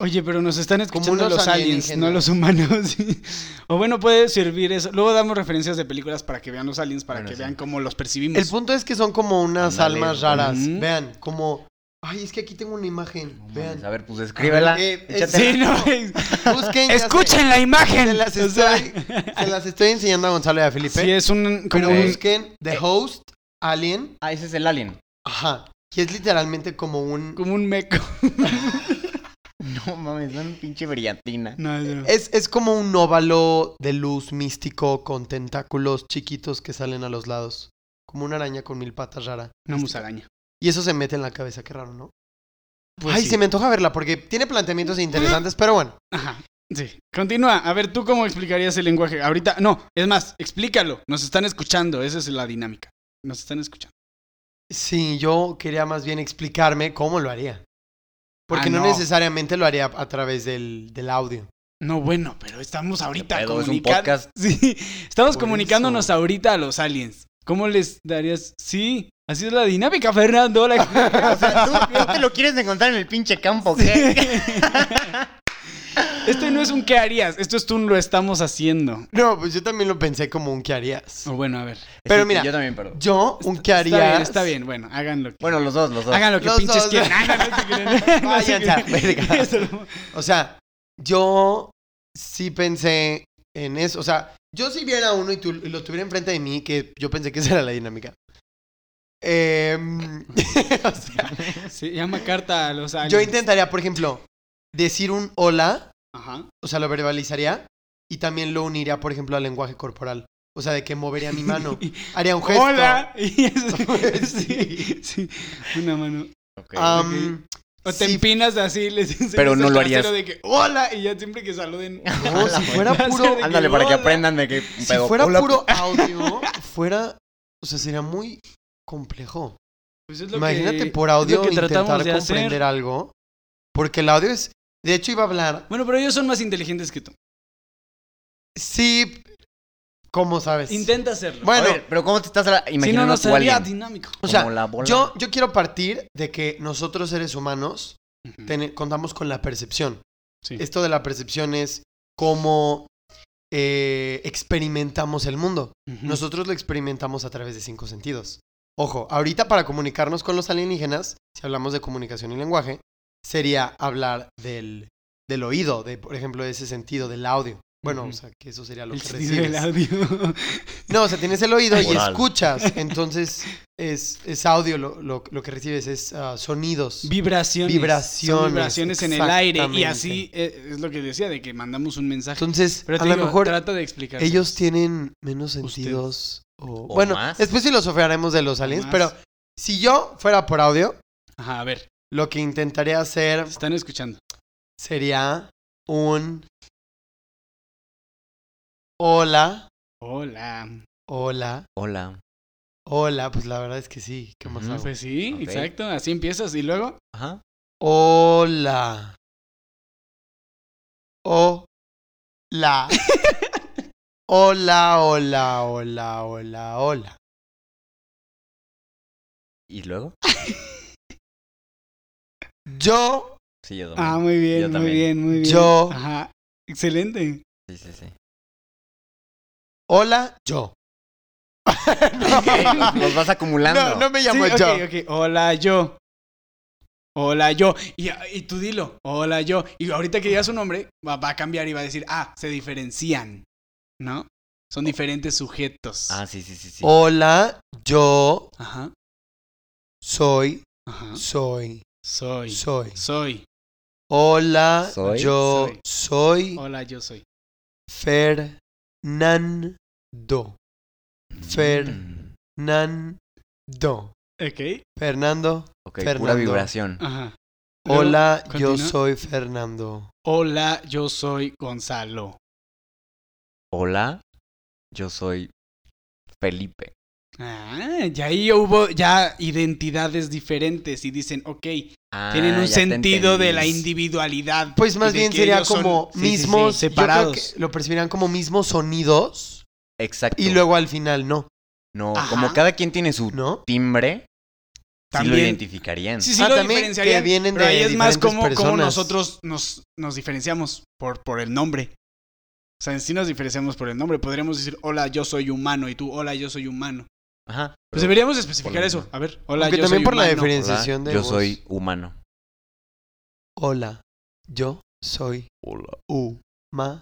S1: Oye, pero nos están escuchando
S2: unos
S1: los aliens,
S2: alienígenas.
S1: no los humanos. o bueno, puede servir eso. Luego damos referencias de películas para que vean los aliens, para
S3: Bueno,
S1: que
S3: sí.
S1: vean cómo los percibimos.
S2: El punto es que son como unas
S3: Ándale.
S2: almas raras.
S1: Ujú.
S2: Vean, como. Ay, es que aquí tengo una imagen.
S3: No
S2: Vean.
S3: mames, a ver, pues escríbela.
S2: Eh, eh,
S3: échatela.
S1: Sí, no.
S2: Busquen. ya sé.
S1: Escuchen la imagen.
S2: Se las
S1: O sea,
S2: estoy, se las estoy enseñando a Gonzalo y a Felipe.
S1: sí, es un como
S2: pero
S1: un-
S2: busquen The Host Alien.
S3: Ah, ese es el alien.
S2: Ajá. Que es literalmente como un.
S1: como un meco.
S3: No mames, es una pinche brillantina.
S1: No, no.
S2: Es, es como un óvalo de luz místico con tentáculos chiquitos que salen a los lados. Como una araña con mil patas rara.
S1: Una musaraña.
S2: Y eso se mete en la cabeza, qué raro, ¿no?
S1: Pues
S2: Ay,
S1: sí.
S2: se me antoja verla porque tiene planteamientos interesantes, pero bueno.
S1: Ajá. Sí. Continúa. A ver, ¿tú cómo explicarías el lenguaje? Ahorita, no, es más, explícalo. Nos están escuchando. Esa es la dinámica. Nos están escuchando.
S2: Sí, yo quería más bien explicarme cómo lo haría. Porque
S1: Ah,
S2: no,
S1: no.
S2: necesariamente lo haría a través del, del audio.
S1: No, bueno, pero estamos ahorita
S3: pedo? Es un
S1: comunicando.
S3: podcast.
S1: Sí, estamos
S2: Por
S1: comunicándonos ahorita a los aliens. ¿Cómo les darías? Sí, así es la dinámica, Fernando. la-
S3: O sea, ¿tú, tú te lo quieres encontrar en el pinche campo, ¿qué?
S1: Esto no es un qué harías, esto es un lo estamos haciendo.
S2: No, pues yo también lo pensé como un qué harías.
S1: O bueno, a ver.
S2: Pero
S3: Sí,
S2: mira,
S3: Yo también, perdón.
S2: Yo, un qué harías.
S1: Está bien, está bien, bueno, háganlo. que-
S3: Bueno, los dos, los dos.
S1: Hagan lo que
S2: Los
S1: pinches
S2: dos.
S1: quieran. Ah, no, no se crean. No se
S2: Váyanse a la
S1: crean.
S2: verga.
S1: Eso no-
S2: O sea, yo sí pensé en eso. O sea, yo si viera uno y, tu- y lo tuviera enfrente de mí, que yo pensé que esa era la dinámica. Em, o sea,
S1: Se llama carta a los aliens.
S2: yo intentaría, por ejemplo, decir un hola.
S1: Ajá.
S2: o sea, lo verbalizaría y también lo uniría, por ejemplo, al lenguaje corporal. O sea, de que movería mi mano, haría un gesto.
S1: Hola. Y eso-
S2: Pues
S1: sí, sí. Una mano.
S3: Ok.
S2: Ah, Am,
S1: O te
S2: Sí.
S1: empinas así, les enseñas
S3: Pero no
S1: el
S3: lo harías.
S1: trasero de que, hola, y ya siempre que saluden.
S2: no, si fuera
S1: Ya sé
S2: puro,
S1: de que
S3: Ándale, para que
S1: hola.
S3: aprendan de que...
S2: si fuera puro audio, fuera, o sea, sería muy complejo.
S1: Pues es lo que-
S2: Imagínate por
S1: es lo
S2: audio
S1: que
S2: intentar
S1: tratamos de
S2: comprender
S1: hacer.
S2: algo, porque el audio es, de hecho, iba a hablar.
S1: Bueno, pero ellos son más inteligentes que tú.
S2: Sí, ¿cómo sabes?
S1: Intenta hacerlo.
S2: Bueno,
S3: Bueno, pero ¿cómo te estás la-
S1: si no,
S3: imaginando
S1: no
S3: a tu
S1: sería
S3: alien?
S1: dinámico.
S2: o sea,
S3: Como la bola.
S2: yo, yo quiero partir de que nosotros seres humanos
S1: Ujú.
S2: tene- contamos con la percepción.
S1: Sí.
S2: Esto de la percepción es cómo eh, experimentamos el mundo.
S1: Ujú.
S2: Nosotros lo experimentamos a través de cinco sentidos. Ojo, ahorita para comunicarnos con los alienígenas, si hablamos de comunicación y lenguaje, sería hablar del, del oído, de, por ejemplo, ese sentido del audio. Bueno,
S1: Ujú.
S2: o sea, que eso sería lo
S1: El
S2: que
S1: sentido del
S2: recibes.
S1: audio.
S2: No, o sea, tienes el oído y
S3: Oral.
S2: escuchas. Entonces, es, es audio lo, lo- lo que recibes, es ah, sonidos.
S1: Vibraciones.
S2: Vibraciones,
S1: Son vibraciones en el aire. Y
S2: exactamente.
S1: así eh, es lo que decía, de que mandamos un mensaje.
S2: Entonces,
S1: Pero
S2: a
S1: te
S2: lo
S1: digo,
S2: mejor
S1: trata de explicar.
S2: Ellos tienen menos
S1: Ustedes.
S2: sentidos. O,
S3: O
S2: bueno,
S3: más.
S2: después filosofiaremos de los aliens,
S1: más.
S2: pero si yo fuera por audio,
S1: Ajá, a ver,
S2: lo que intentaría hacer
S1: te están escuchando.
S2: sería un... Hola,
S1: Hola.
S2: hola,
S3: Hola.
S2: hola. Pues la verdad es que sí, ¿qué más
S3: Ujú.
S2: hago?
S1: Pues sí,
S3: Ok.
S1: exacto, así empiezas y luego
S3: Ajá.
S2: Hola. Hola. Hola, hola, hola, hola, hola.
S3: ¿Y luego?
S2: Yo,
S3: Sí, yo también.
S1: Ah, muy
S3: Yo
S1: bien, muy
S3: también.
S1: bien, muy bien.
S2: Yo-
S1: Ajá. Excelente.
S3: Sí, sí, sí.
S2: hola, yo.
S3: Ok,
S2: no,
S3: Los vas acumulando.
S2: no, no me llamo
S1: Sí, ok,
S2: yo.
S1: ok. Hola, yo. Hola, yo. Y, y tú dilo. Hola, yo. Y ahorita que digas su nombre, va, va a cambiar y va a decir, ah, se diferencian. ¿No? Son diferentes sujetos.
S3: Ah, sí, sí, sí, sí.
S2: Hola, yo
S1: Ajá.
S2: soy,
S1: Ajá.
S2: soy,
S1: Soy.
S2: soy.
S1: Soy.
S2: Hola,
S3: Soy,
S2: yo
S1: soy.
S2: soy
S1: Hola, yo soy.
S2: Fernando. Fer.
S3: Mm.
S2: Nando.
S1: Ok.
S2: Fernando.
S3: Ok, pura
S2: Fernando. Ah.
S3: vibración.
S1: Ajá. Luego,
S2: Hola, yo
S1: continúa.
S2: soy Fernando.
S1: Hola, yo soy Gonzalo.
S3: Hola, yo soy Felipe.
S1: Ah, ya ahí hubo ya identidades diferentes y dicen, ok,
S3: Ah,
S1: tienen un
S3: ya te
S1: sentido de la
S3: entendí.
S1: individualidad.
S2: Pues más
S1: de
S2: bien
S1: que
S2: sería
S1: ellos son-
S2: como
S1: sí, sí, sí,
S2: mismos. yo creo
S1: separados.
S2: que lo percibirán como mismos sonidos.
S3: Exacto.
S2: Y luego al final no,
S3: No,
S1: Ajá.
S3: como cada quien tiene su
S2: ¿no?
S3: timbre, sí lo
S1: También.
S3: identificarían.
S1: Sí, sí,
S2: Ah,
S1: lo
S2: también
S1: diferenciarían,
S2: que vienen
S1: pero
S2: de
S1: ahí es más
S2: diferentes
S1: como, como
S2: personas.
S1: nosotros nos, nos diferenciamos por, por el nombre. O sea, en sí nos diferenciamos por el nombre. Podríamos decir, hola, yo soy humano, y tú, hola, yo soy humano.
S3: Ajá.
S1: Pues
S3: pero-
S1: deberíamos especificar
S3: por lo
S1: eso.
S3: mismo.
S1: A ver, hola,
S2: Aunque
S1: yo
S2: también
S1: soy
S2: por la
S1: humano.
S2: diferencia.
S3: Hola,
S2: Sensación de
S3: yo
S2: voz.
S3: soy humano.
S2: Hola, yo soy
S3: Hola.
S2: humano.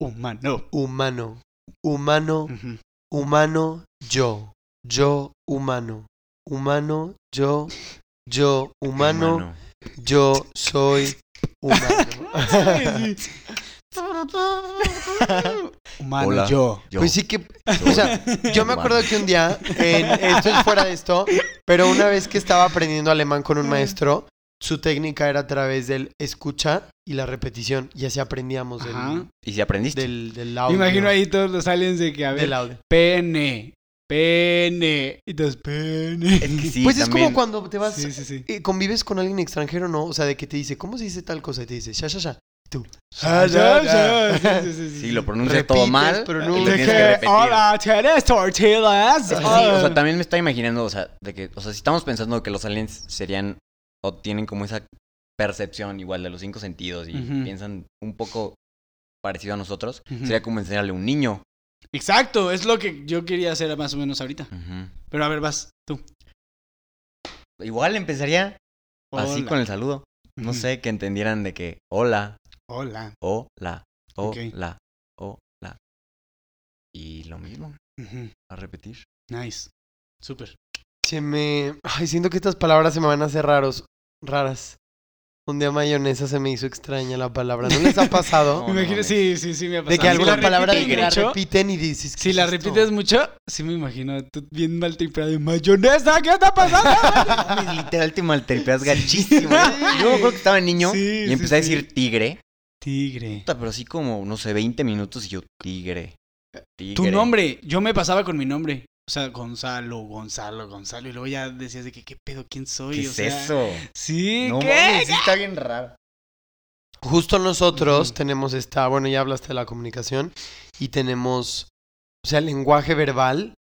S1: Humano.
S2: Humano. Humano,
S1: Ujú.
S2: humano, yo. Yo, humano. Humano, yo. Yo, humano. Yo soy humano.
S1: Sí, sí. Humano,
S3: Hola.
S1: yo.
S3: Yo
S2: Pues sí que,
S3: soy
S2: o sea, yo me acuerdo
S3: humano.
S2: que un día, en, esto es fuera de esto, pero una vez que estaba aprendiendo alemán con un maestro, su técnica era a través del escuchar y la repetición, y así aprendíamos
S1: Ajá.
S2: del,
S3: ¿Y si aprendiste?
S2: del, del
S1: Me
S3: Ah,
S2: audio.
S1: imagino ahí todos los aliens de que, a ver,
S2: Del audio.
S1: pene, pene, y entonces pene.
S3: Es que sí,
S2: pues es
S3: también.
S2: como cuando te vas,
S1: Sí, sí, sí.
S2: eh, convives con alguien extranjero, ¿no? O sea, de que te dice, ¿cómo se dice tal cosa? Y te dice, ya, ya, ya. Tú.
S1: Ah, ya, ya. Sí, sí, sí, sí,
S3: Sí, lo
S1: sí.
S3: pronuncia
S2: Repites,
S3: todo mal.
S2: pero
S3: y
S2: no-
S3: lo
S1: De
S3: tienes
S1: que,
S3: que repetir.
S1: Hola, ¿tienes tortillas? Ah.
S3: Es que sí, o sea, también me está imaginando, o sea, de que, o sea, si estamos pensando que los aliens serían o tienen como esa percepción igual de los cinco sentidos y
S1: Ujú.
S3: piensan un poco parecido a nosotros,
S1: Ujú.
S3: sería como enseñarle a un niño.
S1: Exacto, es lo que yo quería hacer más o menos ahorita.
S3: Ujú.
S1: Pero a ver, vas tú.
S3: Igual empezaría así
S1: Hola.
S3: con el saludo. No
S1: Ujú.
S3: sé, que entendieran de que hola,
S1: Hola.
S3: hola,
S1: Ok.
S3: hola, hola. Y lo mismo,
S1: Ujú.
S3: a repetir.
S1: Nice. Súper.
S2: Se me. Ay, siento que estas palabras se me van a hacer raros. Raras. Un día mayonesa se me hizo extraña la palabra. ¿No les ha pasado?
S3: No, no
S1: me imagino,
S3: mames.
S1: sí, sí, sí, me ha pasado.
S2: de que
S1: Si
S2: alguna
S1: pues la
S2: palabra
S1: repites
S2: la
S1: mucho,
S2: repiten y dices.
S1: Si la repites mucho, sí me imagino. Tú bien mal de mayonesa, ¿qué está pasando?
S3: Mames, literal te maltripeas gachísimo. ¿eh? Yo me acuerdo que estaba niño
S1: Sí,
S3: y empecé
S1: sí,
S3: a
S1: sí.
S3: decir tigre.
S1: Tigre.
S3: Puta, pero así como, no sé, 20 minutos y yo, tigre. tigre.
S1: Tu nombre, yo me pasaba con mi nombre. O sea, Gonzalo, Gonzalo, Gonzalo. Y luego ya decías de que, ¿qué pedo? ¿Quién soy?
S3: ¿Qué
S1: o
S3: es
S1: sea,
S3: eso?
S1: Sí,
S3: No
S1: ¿qué?
S3: mames, sí está bien raro.
S2: Justo nosotros
S1: Ujú.
S2: tenemos esta. Bueno, ya hablaste de la comunicación. Y tenemos. O sea, el lenguaje verbal.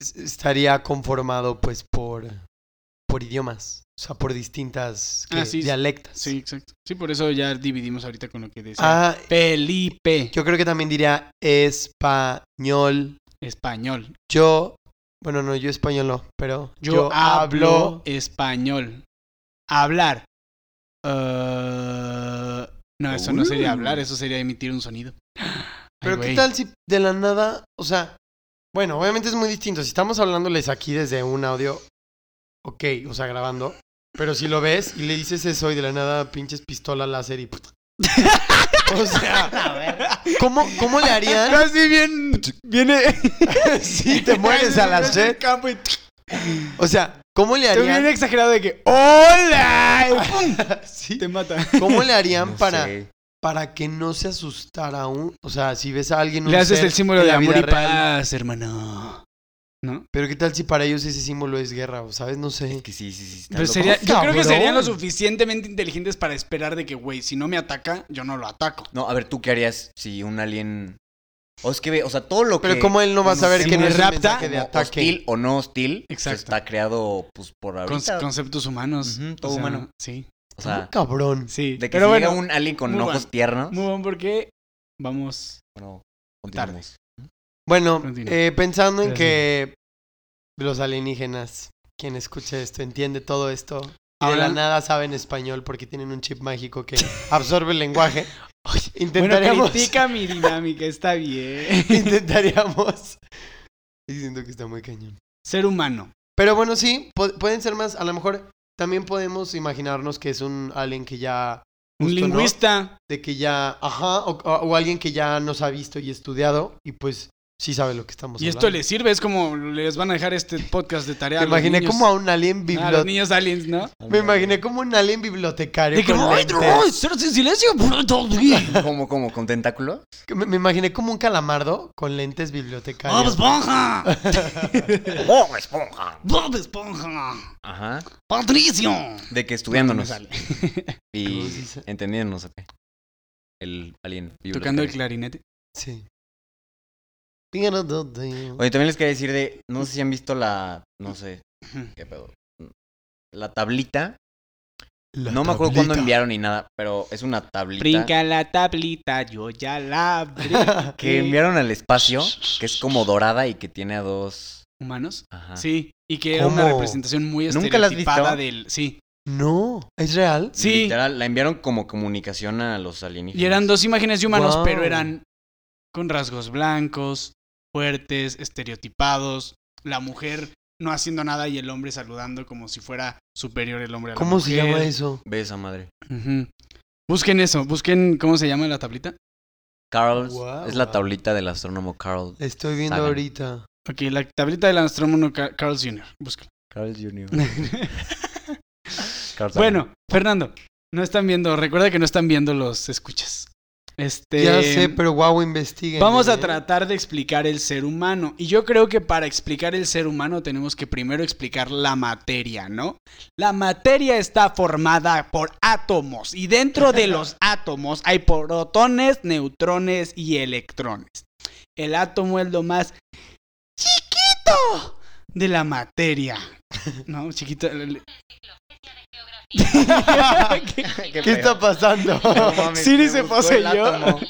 S2: es- Estaría conformado, pues, por. Por idiomas. O sea, por distintas.
S1: Ah,
S2: ¿qué?
S1: sí.
S2: Dialectas.
S1: Sí, exacto. Sí, por eso ya dividimos ahorita con lo que decía.
S2: Ah,
S1: Felipe,
S2: yo creo que también diría español.
S1: español.
S2: Yo, bueno, no, yo español no, pero
S1: Yo, hablo español. Hablar. Ah, no, eso no sería hablar, eso sería emitir un sonido. Ay,
S2: Pero
S1: güey.
S2: ¿qué tal si de la nada, o sea, bueno, obviamente es muy distinto. Si estamos hablándoles aquí desde un audio, ok, o sea, grabando. Pero si lo ves y le dices eso y de la nada pinches pistola láser y... puta. O sea, ¿cómo, ¿cómo le harían?
S1: Casi bien. Viene.
S2: si te mueres a las
S1: red.
S2: red. O sea, ¿cómo le
S1: Te bien
S2: harían?
S1: exagerado de que. ¡Hola! Y ¡pum!
S2: Sí.
S1: Te mata.
S2: ¿Cómo le harían
S3: No
S2: para,
S3: sé.
S2: para que no se asustara aún? O sea, si ves a alguien... un
S1: Le haces
S2: ser
S1: el símbolo
S2: en
S1: de
S2: la
S1: amor
S2: vida
S1: y
S2: real,
S1: paz, hermano. ¿no?
S2: Pero qué tal si para ellos ese símbolo es guerra, o sabes, no sé.
S3: Es que sí, sí, sí. está
S1: Pero
S3: loco.
S1: sería, yo creo que
S2: ¡Cabrón!
S1: serían lo suficientemente inteligentes para esperar de que, güey, si no me ataca, yo no lo ataco.
S3: No, a ver, ¿tú qué harías si un alien... O es que ve, o sea, todo lo
S2: Pero
S3: que...
S2: como él no va a
S1: no
S2: saber
S1: sé,
S2: que no
S1: me
S2: es un
S1: rapta,
S2: mensaje de
S3: como
S2: ataque.
S3: Hostil o no hostil. pues,
S1: Exacto.
S3: está creado, pues, por
S1: Con-
S3: ahorita.
S1: conceptos humanos.
S3: Ujú, todo
S1: O sea,
S3: humano.
S1: Sí.
S3: O sea,
S2: Cabrón.
S1: Sí.
S3: de que
S1: Pero
S3: si
S1: bueno,
S3: llega un alien con
S1: muy
S3: ojos
S1: bueno.
S3: tiernos...
S1: muy bueno porque vamos.
S3: Bueno, continuamos.
S2: Bueno,
S1: Continúa.
S2: eh, pensando en
S1: Gracias.
S2: que los alienígenas, quien escuche esto, entiende todo esto. y de
S1: Ahora-
S2: la nada saben español porque tienen un chip mágico que absorbe el lenguaje.
S1: Bueno,
S2: Intentaríamos.
S1: critica mi dinámica, está bien.
S2: intentaríamos. Y siento que está muy cañón.
S1: Ser humano.
S2: Pero bueno, sí, pu- pueden ser más. A lo mejor también podemos imaginarnos que es un alien que ya.
S1: Un
S2: Justo, ¿no?
S1: lingüista.
S2: De que ya. Ajá. O, o- o alguien que ya nos ha visto y estudiado. Y pues sí sabe lo que estamos
S1: Y
S2: hablando.
S1: esto les sirve, es como les van a dejar este podcast de tarea.
S2: Me
S1: a los
S2: imaginé
S1: niños.
S2: como a un alien
S1: Ah, los
S2: bibliotecario.
S1: niños aliens, ¿no?
S2: Me imaginé como un alien bibliotecario.
S1: De que,
S2: con
S1: ¡ay,
S2: lentes.
S1: no! ¡Ser sin silencio!
S3: ¿Cómo, cómo? ¿Con tentáculo?
S2: Que me, me imaginé como un calamardo con lentes
S1: ¡Bob
S2: bibliotecarios.
S1: Esponja!
S3: ¡Oh, esponja!
S1: ¡Bob Esponja!
S3: Ajá.
S1: ¡Patricio!
S3: De que
S1: Me
S3: estudiándonos
S1: sale. pues,
S2: ¿Cómo
S3: y
S2: se dice?
S3: entendiéndonos, ¿ok? El alien.
S1: Tocando el
S3: bibliotecario.
S1: clarinete.
S2: Sí.
S3: Oye, también les quería decir de... No sé si han visto la... No sé. ¿Qué pedo? La tablita. no me acuerdo cuándo enviaron ni nada, pero es una tablita.
S1: Brinca la tablita, yo ya la brinqué.
S3: Que enviaron al espacio, que es como dorada y que tiene a dos.
S1: ¿Humanos?
S3: Ajá.
S1: Sí. Y que era una
S2: ¿Cómo?
S1: representación muy
S3: ¿Nunca la has
S1: estereotipada
S3: visto?
S1: del... Sí.
S2: No, es real.
S1: Sí.
S3: Literal, la enviaron como comunicación a los alienígenas.
S1: Y eran dos imágenes de humanos,
S2: Wow.
S1: pero eran con rasgos blancos, fuertes, estereotipados. La mujer no haciendo nada y el hombre saludando como si fuera superior el hombre a la
S2: ¿Cómo se
S1: mujer.
S2: llama eso?
S3: Ve esa madre.
S1: Ujú. Busquen eso, busquen cómo se llama la tablita.
S3: Carl.
S2: Guau,
S3: es la
S2: guau.
S3: tablita del astrónomo Carl.
S2: La Estoy viendo
S3: Sagan.
S2: ahorita.
S1: Ok, la tablita del astrónomo Ca- Carl Jr. Busquen.
S3: Carl Jr. Carl Sagan.
S1: bueno, Fernando, no están viendo, recuerda que no están viendo los escuchas. Este,
S2: Ya sé, pero wow, investiguen.
S1: Vamos a
S2: ¿eh?
S1: tratar de explicar el ser humano. Y yo creo que para explicar el ser humano tenemos que primero explicar la materia, ¿no? La materia está formada por átomos y dentro de los átomos hay protones, neutrones y electrones. El átomo es lo más chiquito de la materia. ¿No? Chiquito.
S3: Qué
S2: ¿Qué
S3: pedo.
S2: está pasando?
S3: No mames,
S1: Siri
S3: me
S1: se
S3: buscó
S1: poseyó.
S3: el átomo.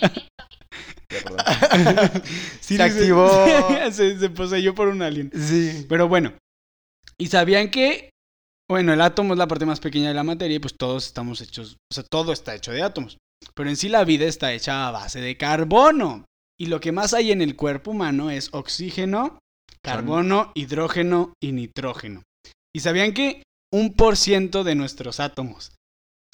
S3: Perdón.
S1: Sí,
S2: Se activó.
S1: se- se poseyó por un alien.
S2: sí.
S1: Pero bueno, ¿y sabían que? Bueno, el átomo es la parte más pequeña de la materia y pues todos estamos hechos, o sea, todo está hecho de átomos. Pero en sí la vida está hecha a base de carbono. Y lo que más hay en el cuerpo humano es oxígeno, carbono, hidrógeno y nitrógeno. ¿Y sabían que un por ciento de nuestros átomos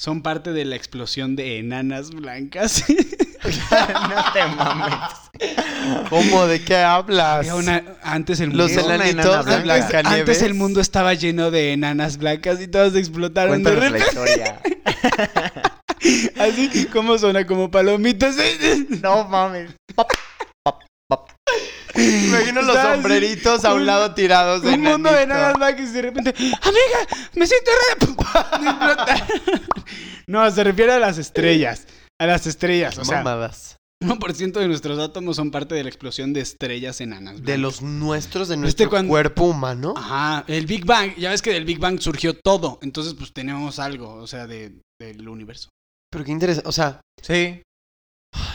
S1: son parte de la explosión de enanas blancas?
S3: no te mames.
S2: ¿Cómo? ¿De qué hablas?
S1: Era una- antes el
S2: Los
S3: Era una enana
S2: enanitos de
S3: blanca.
S1: Antes,
S2: Blancanieves.
S1: antes el mundo estaba lleno de enanas blancas y todas explotaron de
S3: Cuéntanos la
S1: repente.
S3: historia.
S1: Así como suena como palomitas.
S3: No mames.
S2: Me Imagino los
S1: Estaba así,
S2: sombreritos a
S1: un-
S2: un lado tirados de
S1: Un mundo de
S2: enanito.
S1: enanas blancas y de repente, amiga, me siento re... ¡Pum! Explota. No, se refiere a las estrellas. A las estrellas. O sea,
S2: Mamadas.
S1: 1% de nuestros átomos son parte de la explosión de estrellas enanas.
S2: De los nuestros, de nuestro
S1: ¿Viste cuando- Ah.
S2: cuerpo humano.
S1: Ajá, el Big Bang. Ya ves que del Big Bang surgió todo. Entonces, pues tenemos algo, o sea, de- del universo.
S2: Pero qué interesante. O sea,
S3: Sí.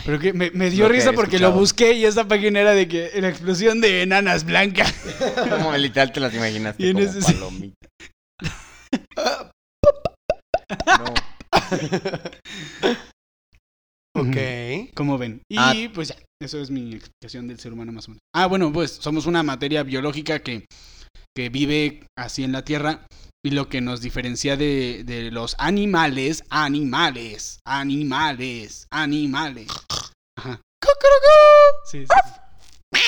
S1: Pero que me, me dio
S3: Lo que
S1: risa
S3: he
S1: porque lo
S3: escuchado.
S1: busqué y esa página era de que la explosión de enanas blancas.
S3: Como literal te las imaginaste
S1: Y en
S3: como
S1: ese-
S3: palomita. No.
S2: ok.
S1: Como ven. Y
S3: Ah.
S1: pues ya, eso es mi explicación del ser humano más o menos. Ah, bueno, pues somos una materia biológica que, que vive así en la Tierra. Y lo que nos diferencia de, de los animales, animales, animales, animales. Ajá. ¡Cucurucú! Sí, sí, sí.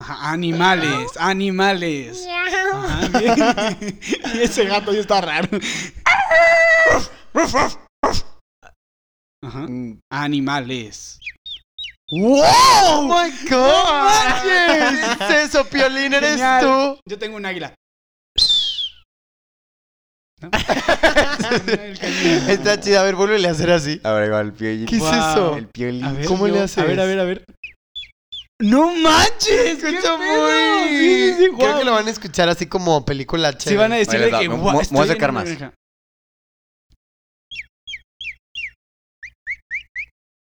S1: Ajá, animales, animales. Ajá, bien. Y ese gato ya está raro. Ajá.
S3: Mm,
S1: Animales.
S2: ¡Oh
S3: ¡Wow!
S2: my god! ¿Qué es eso, Piolín? ¿Eres
S1: Genial.
S2: tú?
S1: Yo tengo un águila. ¿No? El cañón.
S2: Está chida. A ver, vuélvele a hacer así.
S3: Ahora ahí va el piolín.
S2: ¿Qué
S1: Wow.
S2: es eso?
S3: El piolín.
S1: A ver,
S2: ¿Cómo le
S1: yo-
S2: haces?
S1: A ver, a ver, a ver. ¡No manches! ¡Qué
S2: Escucha
S1: pedo! Sí, sí, sí,
S2: Creo
S1: guau.
S2: que lo van a escuchar así como película
S1: Sí, van a
S2: chévere.
S1: decirle
S3: Ahí les
S1: que...
S3: va, me-
S1: guau,
S3: me voy a
S1: estoy
S3: acercar
S1: en una
S3: más.
S1: oreja.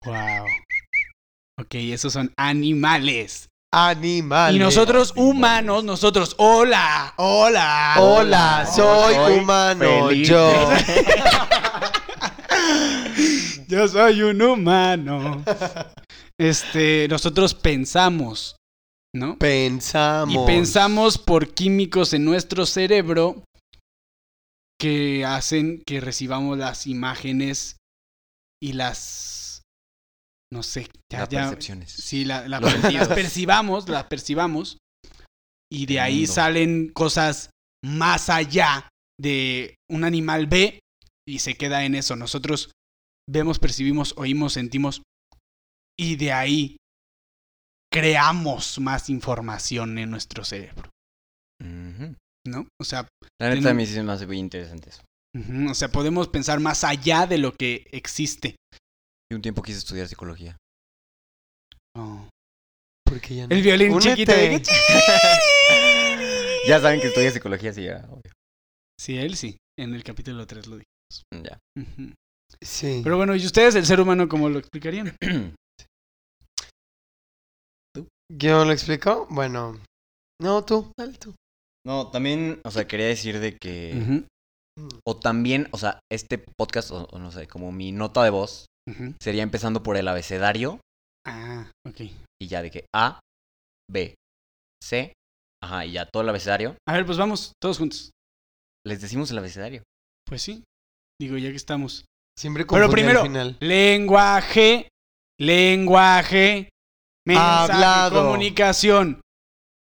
S1: Guau. Ok, esos son animales.
S2: Animal.
S1: Y nosotros humanos, nosotros, hola, hola.
S2: Hola, soy,
S3: Soy
S2: humano.
S3: feliz.
S2: Yo.
S1: Yo soy un humano. Este, nosotros pensamos, ¿no?
S2: Pensamos.
S1: Y pensamos por químicos en nuestro cerebro que hacen que recibamos las imágenes y las... No sé, ya,
S3: Las
S1: ya-
S3: percepciones.
S1: Sí, la, la-
S3: Los
S1: las
S3: sentidos.
S1: percibamos, las percibamos. Y de
S3: El
S1: ahí
S3: mundo.
S1: salen cosas más allá de un animal ve y se queda en eso. Nosotros vemos, percibimos, oímos, sentimos. Y de ahí creamos más información en nuestro cerebro,
S3: Ujú.
S1: ¿no? O sea,
S3: La neta
S1: Tiene-
S3: a mí sí se me hace muy interesante eso.
S1: ujú, o sea, podemos pensar más allá de lo que existe.
S3: Y un tiempo quise estudiar psicología.
S1: Oh.
S2: Porque ya no-
S1: El violín
S2: Únete.
S1: chiquito. de que-
S3: Ya saben que estudié psicología, sí, ya, obvio.
S1: Sí, él sí. En el capítulo 3 lo dijo.
S3: Pues, Ya.
S1: Ujú.
S2: Sí.
S1: Pero bueno, ¿y ustedes el ser humano cómo lo explicarían?
S2: ¿Yo lo explico? Bueno. No, tú. Dale tú.
S3: No, también, o sea, quería decir de que.
S1: Ujú,
S3: O también, o sea, este podcast, o, o no sé, como mi nota de voz,
S1: ujú.
S3: sería empezando por el abecedario
S1: Ah, ok.
S3: y ya de que A, B, C, ajá, y ya todo el abecedario.
S1: A ver, pues vamos, todos juntos.
S3: Les decimos el abecedario.
S1: Pues sí. Digo, ya que estamos.
S2: Siempre
S1: Pero
S2: confundí al
S1: primero,
S2: final.
S1: Lenguaje, lenguaje, mensaje,
S2: Hablado.
S1: comunicación,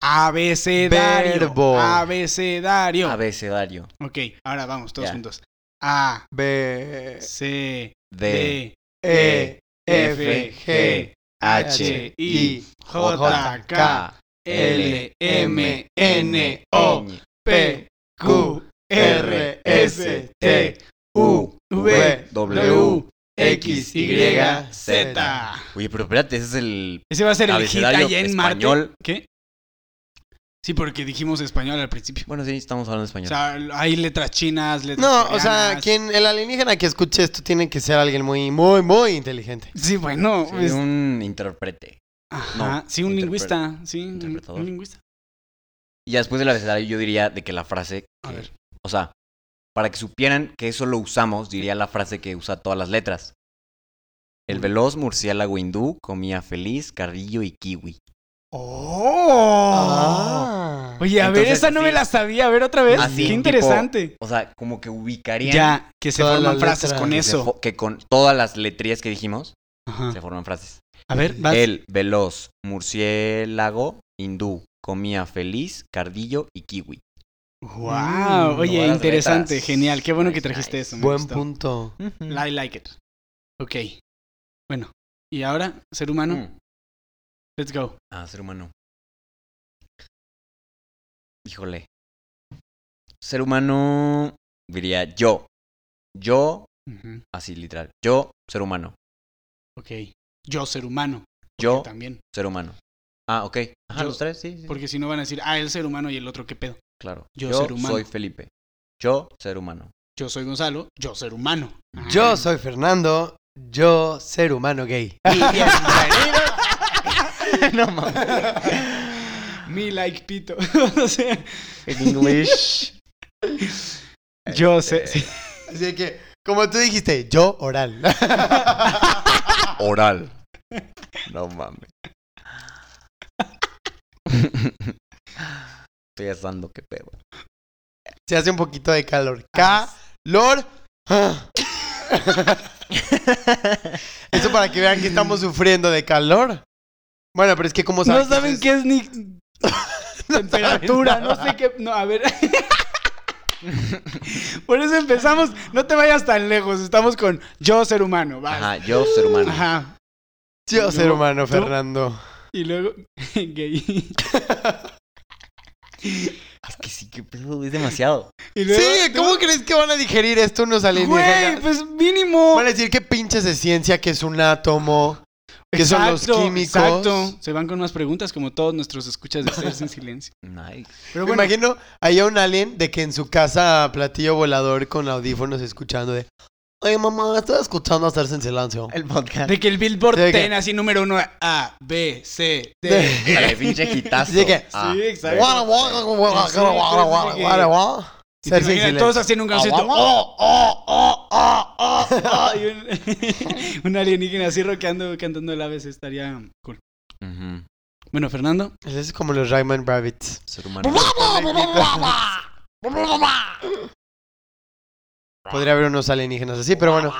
S1: abecedario,
S2: Verbo.
S1: abecedario.
S3: Abecedario.
S1: Ok, ahora vamos, todos
S3: Ya.
S1: juntos. A,
S2: B,
S1: C,
S3: D,
S1: D,
S2: E,
S1: F, G,
S3: H,
S1: I, J, K,
S3: K,
S1: L, M, N, O,
S3: N,
S1: P, Q, R, S, T, U, V, W, X, Y, Z.
S3: Oye, pero espérate, ese es el
S1: Ese va a ser el hit
S3: abecedario
S1: allá en Marte.
S3: español.
S1: ¿Qué? Sí, porque dijimos español al principio.
S3: Bueno, sí, estamos hablando
S1: O
S3: español.
S1: sea, hay letras chinas, letras
S2: No, o sea,
S1: coreanas.
S2: quien el alienígena que escuche esto tiene que ser alguien muy, muy, muy inteligente.
S1: Sí, bueno.
S3: Sí,
S1: es-
S3: un intérprete.
S1: Ajá,
S3: no,
S1: sí, un
S3: interpre-
S1: lingüista. Sí, un-
S3: interpretador.
S1: un lingüista.
S3: Y ya después del abecedario yo diría de que la frase...
S1: A
S3: que-
S1: ver.
S3: O sea, para que supieran que eso lo usamos, diría la frase que usa todas las letras. El veloz murciélago hindú comía feliz carrillo y kiwi.
S1: ¡Oh!
S2: Ah.
S1: Oye, a ver,
S3: Entonces,
S1: esa no me
S3: sí.
S1: la sabía. A ver, otra vez.
S3: Así,
S1: Qué
S3: tipo,
S1: interesante.
S3: O sea, como que ubicarían...
S1: Ya, que se
S2: Todas
S1: forman
S2: las
S1: frases
S2: letras.
S1: con
S3: que se
S1: eso. Ah.
S3: fo- que con todas las letrías que dijimos
S1: Ajá.
S3: se forman frases.
S1: A ver, vas.
S3: El veloz murciélago hindú comía feliz carrillo y kiwi.
S1: Wow,
S2: Mm,
S1: oye,
S3: todas
S1: interesante,
S3: letras.
S1: genial, qué bueno
S3: Nice,
S1: que trajiste
S3: nice.
S1: eso. me
S2: Buen
S1: gustó.
S2: punto.
S1: I like it. Ok. Bueno, y ahora, ser humano,
S3: Mm.
S1: let's go.
S3: Ah, ser humano. Híjole. Ser humano diría yo. Yo,
S1: Ujú,
S3: así literal. Yo, ser humano.
S1: Ok. Yo, ser humano. porque
S3: Yo,
S1: También.
S3: ser humano. Ah, ok. Ajá,
S1: Yo-
S3: los tres, sí, sí, sí.
S1: Porque si no van a decir, ah, el ser humano y el otro, ¿qué pedo?
S3: Claro.
S1: Yo, ser humano.
S3: soy Felipe. Yo, ser humano.
S1: Yo soy Gonzalo, yo, ser humano. Ah,
S2: Yo soy Fernando, yo ser humano gay.
S1: Ah,
S3: no mames.
S1: Me like pito. O sea,
S3: En English.
S1: yo
S3: Este,
S1: sé. sí.
S2: Así que, como tú dijiste, yo oral.
S3: Oral. No mames. Estoy asando, qué pedo.
S2: Se hace un poquito de calor. Calor. Ah. Eso para que vean que estamos sufriendo de calor. Bueno, pero es que como saben
S1: No saben
S2: que
S1: qué es ni temperatura, no sé qué. No, a ver. Por eso empezamos. No te vayas tan lejos. Estamos con yo, ser humano. vas.
S3: Ajá, yo, ser humano.
S1: Ajá.
S2: Yo,
S1: No,
S2: ser humano,
S1: tú-
S2: Fernando.
S1: Y luego, gay.
S3: Es que sí, qué pedo, es demasiado.
S1: Y luego,
S2: Sí, ¿cómo crees que van a digerir esto unos
S1: Güey,
S2: alienígenas?
S1: pues mínimo.
S2: Van a decir que pinches de ciencia, que es un átomo, que son los
S1: Exacto,
S2: químicos.
S1: Exacto. Se van con más preguntas como todos nuestros escuchas de Ser sin silencio.
S3: Nice.
S1: Pero
S2: Me
S1: bueno,
S2: imagino ahí a un alien de que en su casa platillo volador con audífonos escuchando de Ay mamá, estaba escuchando hacerse en silencio.
S3: El podcast.
S1: de que el Billboard
S2: De que-
S1: ten así número uno A, B, C, D.
S2: De-
S3: Dale, pinche hitazo.
S2: Sí, que-
S3: Ah,
S1: Sí, exacto.
S2: Guara, guara, guara,
S1: Sí,
S2: guara, guara, guara,
S1: sí, sí,
S2: guara, guara.
S1: Y te
S2: Ser sin
S1: imaginas
S2: silencio.
S1: todos haciendo un concierto.
S2: Oh, oh, oh, oh, oh,
S1: Ah, y un, un alienígena así roqueando, cantando el ABC estaría cool.
S3: Ujú,
S1: Bueno, Fernando.
S2: Ese Es como los Rayman Rabbits.
S3: Ser humano.
S2: Podría haber unos alienígenas así, pero bueno.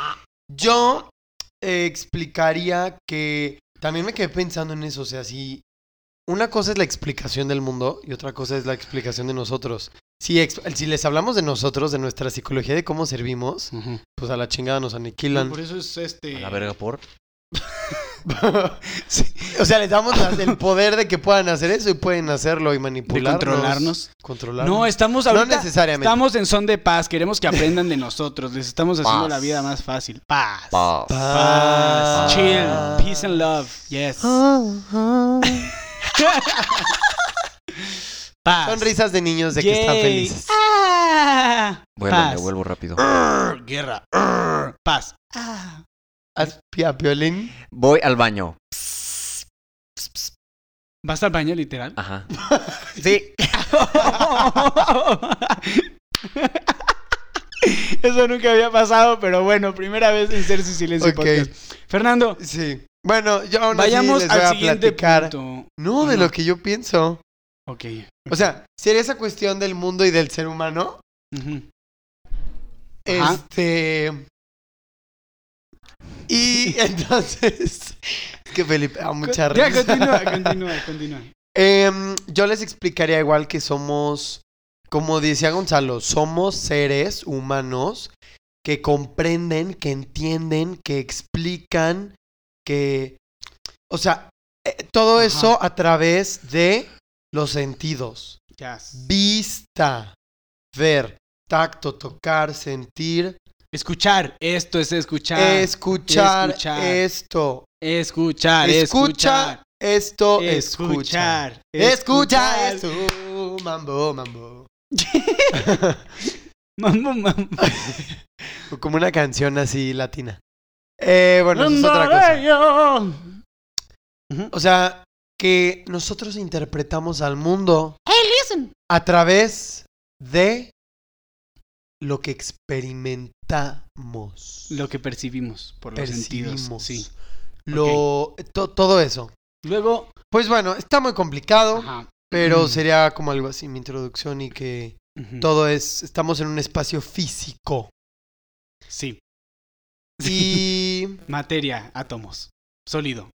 S2: Yo eh, explicaría que también me quedé pensando en eso, o sea, si una cosa es la explicación del mundo y otra cosa es la explicación de nosotros. Si, ex- si les hablamos de nosotros, de nuestra psicología, de cómo servimos, pues a la chingada nos aniquilan.
S1: Por eso es este.
S3: A la verga por.
S2: o sea, les damos la- el poder de que puedan hacer eso y pueden hacerlo y
S1: De
S2: manipularnos.
S1: controlarnos.
S2: Controlarnos.
S1: No, estamos
S2: No
S1: ahorita.
S2: necesariamente.
S1: estamos en son de paz. Queremos que aprendan de nosotros. Les estamos haciendo la vida más fácil. Paz. Paz.
S2: Paz. Ah,
S1: Chill. Peace and love. Yes. Paz.
S2: Son risas de niños de que están
S1: Yay.
S2: felices.
S1: Ah.
S3: Vuelvo,
S1: Paz.
S3: vuelvo rápido.
S1: Arr, guerra. Arr, paz. Ah.
S2: ¿Haz pi- a violín?
S3: Voy al baño.
S1: ¿Vas al baño literal?
S3: Ajá. Sí.
S1: Eso nunca había pasado, pero bueno, primera vez en Ser Sin Silencio
S2: Ok.
S1: Podcast. Fernando,
S2: Sí. Bueno, yo aún así
S1: vayamos
S2: les voy
S1: al
S2: a
S1: siguiente
S2: platicar.
S1: punto.
S2: No, de
S1: No.
S2: lo que yo pienso.
S1: Ok.
S2: O sea, sería esa cuestión del mundo y del ser humano.
S1: Ujú. Ajá.
S2: Este. Y entonces. Es que Felipe, a mucha
S1: Ya,
S2: risa.
S1: continúa, continúa, continúa.
S2: Em, yo les explicaría igual que somos. Como decía Gonzalo, somos seres humanos que comprenden, que entienden, que explican, que. O sea, eh, todo
S1: Ajá.
S2: eso a través de los sentidos.
S1: Yes.
S2: Vista. Ver. Tacto, tocar, sentir,
S1: Escuchar, esto es escuchar.
S2: escuchar,
S1: escuchar.
S2: esto.
S1: escuchar,
S2: escucha
S1: escuchar.
S2: esto, escucha.
S1: Escuchar.
S2: Escucha
S1: escuchar.
S2: esto. Mambo, mambo.
S1: Mambo, mambo.
S2: Como una canción así latina. Eh, bueno, eso es otra
S1: eh,
S2: cosa.
S1: Mandarello.
S2: O sea, que nosotros interpretamos al mundo a través de lo que experimentamos.
S1: Lo que percibimos por los
S2: percibimos.
S1: sentidos. Sí.
S2: Lo, to- todo eso.
S1: Luego,
S2: Pues bueno, está muy complicado,
S1: ajá.
S2: pero
S1: Mm.
S2: sería como algo así mi introducción y que
S1: Ujú.
S2: todo es, estamos en un espacio físico.
S1: Sí.
S2: Y...
S1: Materia, átomos, sólido.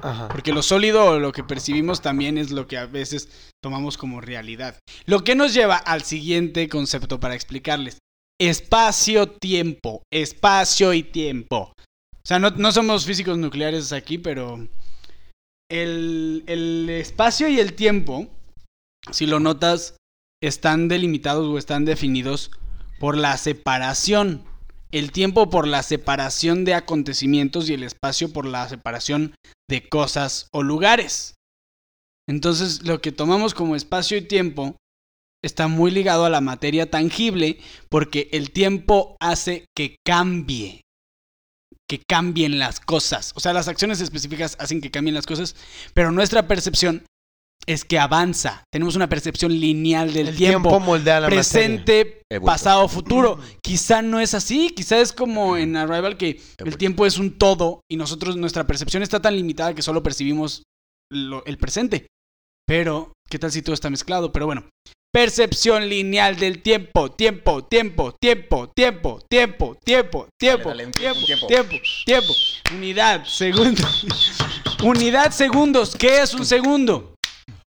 S2: Ajá.
S1: Porque lo sólido o lo que percibimos también es lo que a veces tomamos como realidad. Lo que nos lleva al siguiente concepto para explicarles. Espacio-tiempo. Espacio y tiempo. O sea, no, no somos físicos nucleares aquí, pero el, el espacio y el tiempo, si lo notas, están delimitados o están definidos por la separación. El tiempo por la separación de acontecimientos y el espacio por la separación de cosas o lugares. Entonces, lo que tomamos como espacio y tiempo está muy ligado a la materia tangible porque el tiempo hace que cambie, que cambien las cosas. O sea, las acciones específicas hacen que cambien las cosas, pero nuestra percepción es que avanza. Tenemos una percepción lineal del
S2: El
S1: tiempo,
S2: tiempo, moldea la materia.
S1: presente,
S3: Evolución.
S1: pasado, futuro. Quizá no es así, quizá es como en Arrival que el
S3: Evolución.
S1: tiempo es un todo y nosotros nuestra percepción está tan limitada que solo percibimos lo- el presente. Pero, ¿qué tal si todo está mezclado? Pero bueno, percepción lineal del tiempo, tiempo, tiempo, tiempo, tiempo, tiempo, tiempo, tiempo,
S3: dale, un tie-
S1: tiempo,
S3: un
S1: tiempo,
S3: tiempo.
S1: tiempo, unidad, segundo, unidad, segundos, ¿qué es un segundo?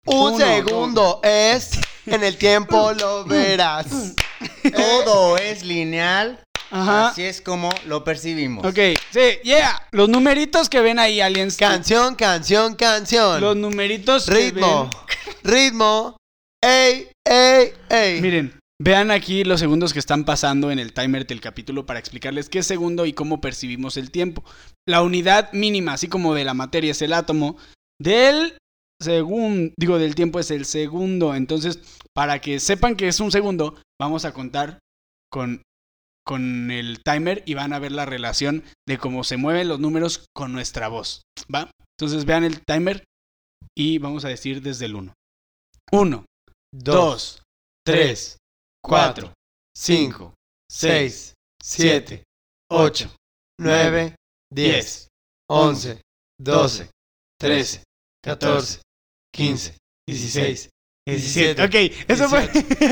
S2: Un
S1: Uno,
S2: segundo es... En el tiempo lo verás.
S3: Todo es lineal
S1: Ajá.
S3: Así es como lo percibimos.
S1: Ok, sí, yeah. Los numeritos que ven ahí, aliens.
S2: Canción, canción, canción.
S1: Los numeritos que
S2: ritmo,
S1: ven-
S2: ritmo. Ey, ey, ey.
S1: Miren, vean aquí los segundos que están pasando en el timer del capítulo para explicarles qué es segundo y cómo percibimos el tiempo. La unidad mínima, así como de la materia es el átomo, del segundo, digo, del tiempo es el segundo. Entonces, para que sepan que es un segundo, vamos a contar con con el timer y van a ver la relación de cómo se mueven los números con nuestra voz, ¿va? Entonces vean el timer y vamos a decir desde el 1. 1,
S2: dos,
S1: 2, 3,
S2: cuatro,
S1: 5,
S2: seis, siete, ocho, nueve, diez, once, doce, trece, catorce, quince, dieciséis, diecisiete.
S1: Ok, eso fue.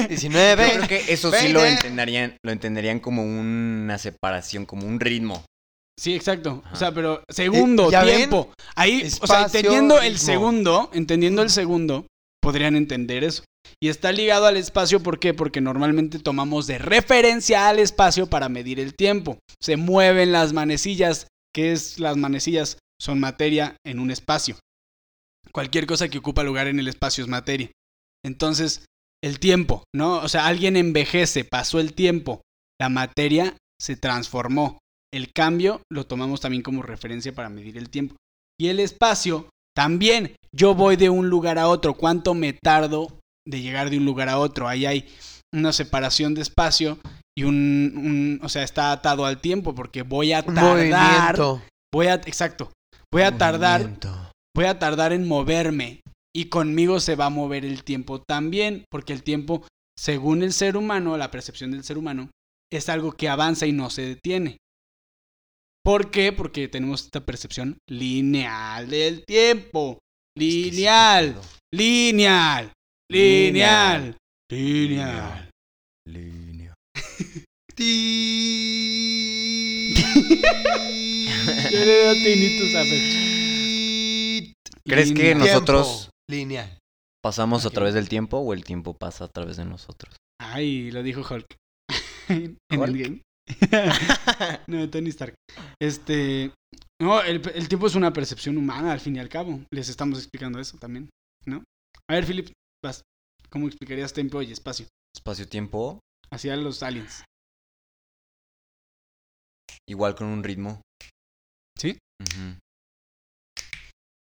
S2: 19.
S3: Yo creo que eso sí lo
S2: Veinte.
S3: entenderían, lo entenderían como una separación, como un ritmo.
S1: sí, exacto.
S3: Ajá.
S1: O sea, pero segundo,
S2: Eh, ¿Ya ven?
S1: tiempo. Ahí, o sea,
S2: Espacio,
S1: entendiendo el
S2: ritmo.
S1: segundo, entendiendo el segundo, podrían entender eso. Y está ligado al espacio, ¿por qué? Porque normalmente tomamos de referencia al espacio para medir el tiempo. Se mueven las manecillas, que es las manecillas son materia en un espacio. Cualquier cosa que ocupa lugar en el espacio es materia. Entonces, el tiempo, ¿no? O sea, alguien envejece, pasó el tiempo, la materia se transformó. El cambio lo tomamos también como referencia para medir el tiempo. Y el espacio, también yo voy de un lugar a otro. ¿Cuánto me tardo de llegar de un lugar a otro? Ahí hay una separación de espacio y un, un- o sea, está atado al tiempo porque voy a
S2: Un
S1: tardar.
S2: movimiento.
S1: Voy a, exacto. Voy a tardar voy a tardar en moverme y conmigo se va a mover el tiempo también, porque el tiempo, según el ser humano, la percepción del ser humano, es algo que avanza y no se detiene. ¿Por qué? Porque tenemos esta percepción lineal del tiempo. Lineal, lineal, lineal, lineal.
S3: Lineal.
S1: Yo le doy tinitos a Fer.
S3: ¿Crees que
S1: Lineal.
S3: no- Nosotros-
S2: Mm, Lineal.
S3: ¿Pasamos a
S2: Ok.
S3: través del tiempo o el tiempo pasa a través de nosotros?
S1: Ay, lo dijo Hulk. en el
S3: Hulk.
S1: game. no, Tony Stark. Este. No, el, el tiempo es una percepción humana, al fin y al cabo. Les estamos explicando eso también, ¿no? A ver, Philip, vas. ¿Cómo explicarías tiempo y espacio?
S3: Espacio-tiempo,
S1: Hacia los aliens.
S3: igual con un ritmo.
S1: ¿Sí?
S3: Ujú.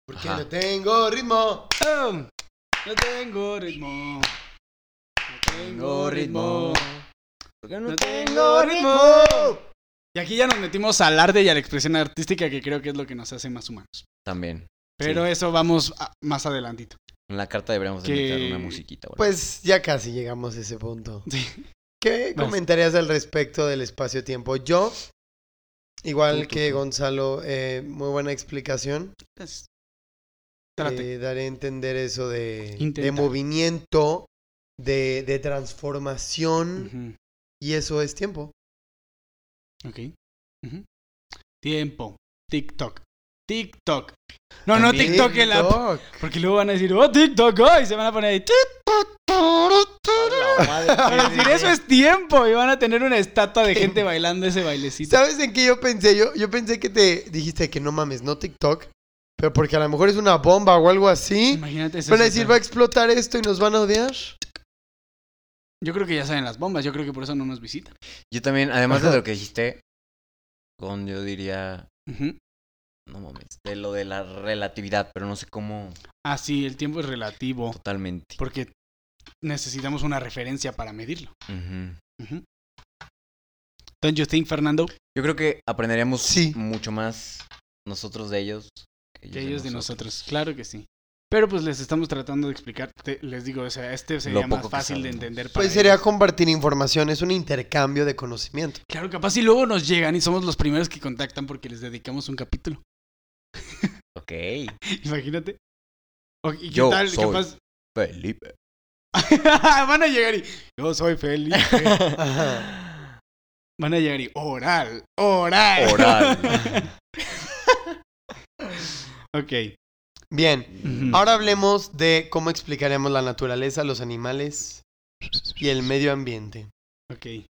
S2: Porque
S3: Ajá.
S2: no tengo ritmo.
S1: No tengo ritmo. No tengo ritmo. No tengo ritmo. Y aquí ya nos metimos al arte y a la expresión artística, que creo que es lo que nos hace más humanos.
S3: También.
S1: Pero
S3: Sí.
S1: eso vamos a- más adelantito.
S3: En la carta deberíamos de
S1: Que-
S3: meter una musiquita. o algo.
S2: Pues ya casi llegamos a ese punto.
S1: Sí.
S2: ¿Qué
S1: Vas.
S2: comentarías al respecto del espacio-tiempo? Yo, igual
S1: Tú, tú,
S2: que
S1: tú.
S2: Gonzalo, eh, muy buena explicación.
S1: Gracias. Trate.
S2: eh, daré a entender eso de, de
S1: Intenta.
S2: movimiento, de, de transformación,
S1: Ujú.
S2: y eso es tiempo.
S1: Ok. Ujú. Tiempo. TikTok. TikTok. No, no TikTok el app.
S2: TikTok.
S1: Porque luego van a decir, oh, TikTok, oh, y se van a poner ahí. "Tut, tut, tut, tut". Van a decir, eso es tiempo. Y van a tener una estatua de gente bailando ese bailecito.
S2: ¿Sabes en qué yo pensé? Yo, yo pensé que te dijiste que no mames, no TikTok, pero porque a lo mejor es una bomba o algo así.
S1: Imagínate eso.
S2: Van a decir, va a explotar esto y nos van a odiar.
S1: Yo creo que ya saben las bombas. Yo creo que por eso no nos visitan.
S3: Yo también, además
S2: Ajá.
S3: de lo que dijiste, con yo diría,
S1: Ujú.
S3: no mames, de lo de la relatividad, pero no sé cómo
S1: Ah, sí, el tiempo es relativo.
S3: totalmente.
S1: Porque necesitamos una referencia para medirlo.
S3: Ujú.
S1: Ujú. Don't you think, Fernando?
S3: Yo creo que aprenderíamos
S2: Sí.
S3: mucho más nosotros de ellos que
S1: que ellos de nosotros. Claro que sí. Pero pues les estamos tratando de explicar, te- les digo, o sea, este sería más
S3: poco que
S1: fácil de
S3: sabemos.
S1: entender para
S2: Pues sería
S1: ellos.
S2: compartir información, es un intercambio de conocimiento.
S1: Claro, capaz si luego nos llegan y somos los primeros que contactan porque les dedicamos un capítulo.
S3: Ok.
S1: Imagínate. O- ¿Y qué
S3: Yo
S1: tal?
S3: soy.
S1: Capaz...
S3: Felipe.
S1: Van a llegar y... Yo soy feliz.
S2: Ajá.
S1: Van a llegar y... Oral. Oral.
S3: Oral.
S1: ok.
S2: Bien,
S1: Ujú.
S2: ahora hablemos de cómo explicaremos la naturaleza, los animales y el medio ambiente.
S1: Ok.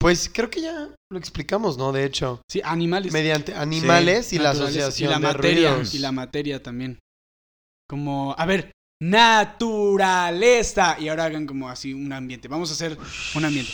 S2: Pues creo que ya lo explicamos, ¿no? De hecho,
S1: Sí, animales.
S2: mediante animales y la
S1: naturaleza,
S2: asociación
S1: y la
S2: de
S1: materia
S2: ruidos.
S1: y la materia también como a ver naturaleza y ahora hagan como así un ambiente vamos a hacer un ambiente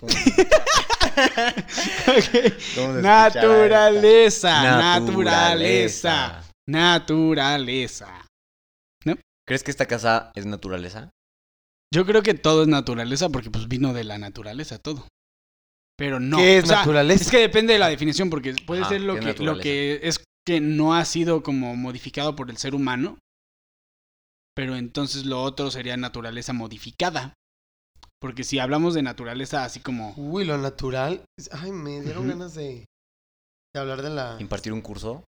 S1: naturaleza naturaleza naturaleza
S3: ¿Crees que esta casa es naturaleza?
S1: yo creo que todo es naturaleza porque pues vino de la naturaleza todo pero no
S2: ¿Qué es
S1: o sea,
S2: naturaleza?
S1: es que depende de la definición porque puede
S3: Ajá,
S1: ser lo
S3: ¿qué es
S1: que lo
S3: naturaleza?
S1: que es que no ha sido como modificado por el ser humano pero entonces lo otro sería naturaleza modificada porque si hablamos de naturaleza así como
S2: Uy, lo natural. Ay, me dieron
S1: Ujú.
S2: ganas de, de hablar de la...
S3: ¿Impartir un curso?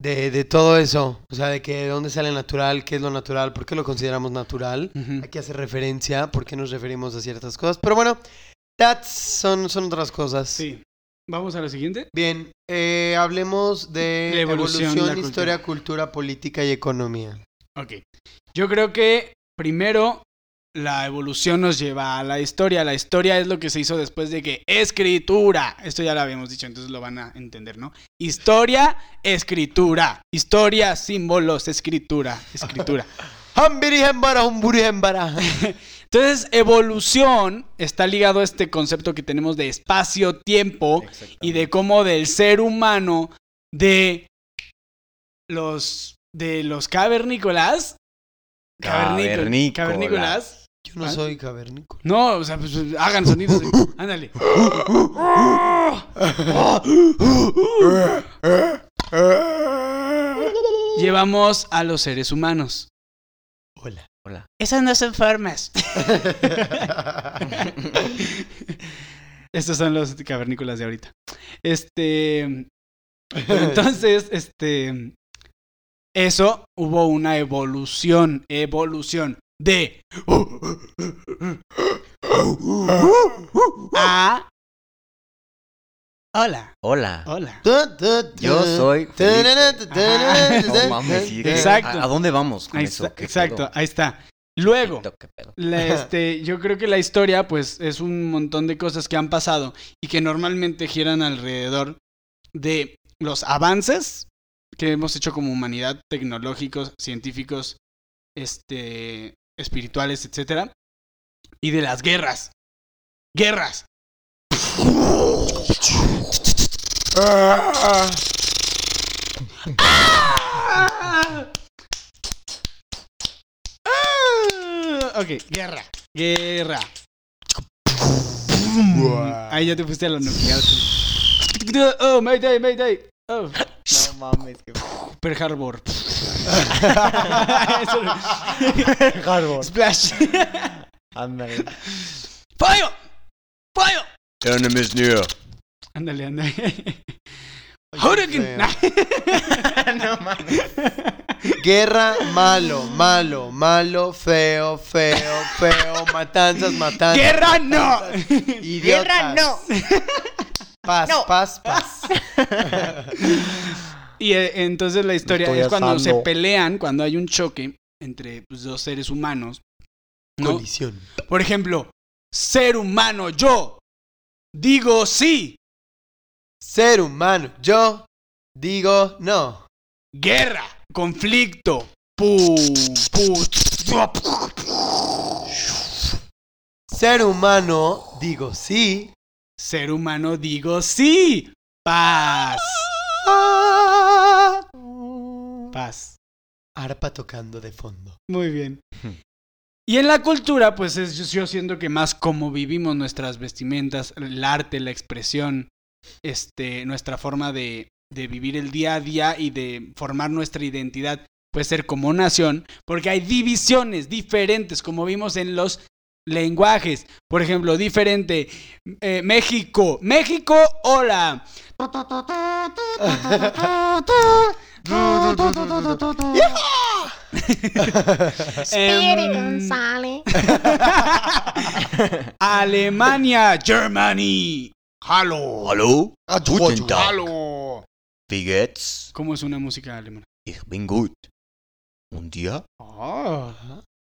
S2: De, de todo eso. O sea, de que de dónde sale el natural, qué es lo natural, por qué lo consideramos natural.
S1: ujú,
S2: a qué hace referencia, por qué nos referimos a ciertas cosas. Pero bueno, that's son, son otras cosas.
S1: sí vamos a lo siguiente
S2: Bien, eh, hablemos de
S1: La evolución,
S2: evolución,
S1: la cultura.
S2: historia, cultura, política y economía.
S1: Ok. Yo creo que primero la evolución nos lleva a la historia. La historia es lo que se hizo después de que escritura. Esto ya lo habíamos dicho, entonces lo van a entender, ¿no? Historia, escritura. Historia, símbolos, escritura, escritura.
S2: Hambirihembara, humburihembara.
S1: Entonces, evolución está ligado a este concepto que tenemos de espacio-tiempo y de cómo del ser humano de los de los cavernícolas cavernícolas,
S3: Cavernícolas.
S1: cavernícolas
S2: Yo no
S1: ¿Cuál?
S2: soy cavernícola.
S1: No, o sea, pues, pues, hagan sonidos. de- Ándale. Llevamos a los seres humanos.
S2: Hola.
S3: Hola.
S1: Esas no son formas. Estos son los cavernícolas de ahorita. Este. pero entonces, este. Eso hubo una evolución. Evolución de.
S3: Ah.
S1: A. Hola.
S3: Hola.
S1: Hola.
S3: Yo soy
S1: Felipe.
S3: No mames, sí, ¿qué-
S1: Exacto.
S3: ¿A, a dónde vamos con
S1: Ahí
S3: eso?
S1: está-
S3: ¿Qué
S1: exacto,
S3: pedo?
S1: ahí está. Luego,
S3: TikTok, ¿qué pedo?
S1: la, este, yo creo que la historia, pues, es un montón de cosas que han pasado y que normalmente giran alrededor de los avances que hemos hecho como humanidad, tecnológicos, científicos, este, espirituales, etcétera, y de las guerras. Guerras. Ah, Ok, guerra. Guerra. Ahí ya te fuiste a la nuclear. tú. Oh, Mayday, Mayday. Oh,
S3: No mames, qué
S1: Pearl Harbor. Eso-
S3: Harbor.
S1: Splash.
S3: Ándale.
S1: ¡Fuego! ¡Fuego!
S3: Enemies near.
S1: Ándale, ándale.
S2: Ay,
S1: Hurricane.
S2: feo.
S1: Nah.
S3: no mames.
S2: Guerra, malo, malo, malo, feo, feo, feo, matanzas, matanzas.
S1: ¡Guerra no!
S2: Idiotas. Paz, paz, paz.
S1: Y eh, entonces la historia
S3: estoy
S1: es cuando se
S3: asando.
S1: pelean, cuando hay un choque entre pues, dos seres humanos. ¿no?
S2: Colisión.
S1: Por ejemplo, ser humano yo digo sí,
S2: Ser humano, yo digo no.
S1: guerra, conflicto. Pu, pu,
S2: Ser humano, digo sí.
S1: ser humano digo sí, paz, paz.
S2: Arpa tocando de fondo.
S1: Muy bien.
S3: Hmm.
S1: Y en la cultura, pues es yo- yo siento que más cómo vivimos nuestras vestimentas, el arte, la expresión, este, nuestra forma de, de vivir el día a día y de formar nuestra pues, identidad, puede ser como nación, porque hay divisiones diferentes, como vimos en los lenguajes. Por ejemplo, diferente. eh, México. México, hola.
S4: Piri
S1: Em,
S4: González.
S1: Alemania, Germany. Halo.
S3: Hallo,
S2: Guten
S1: Halo.
S3: wie geht's?
S1: ¿Cómo es una música alemana?
S3: Ich bin gut. Und dir?
S1: Oh,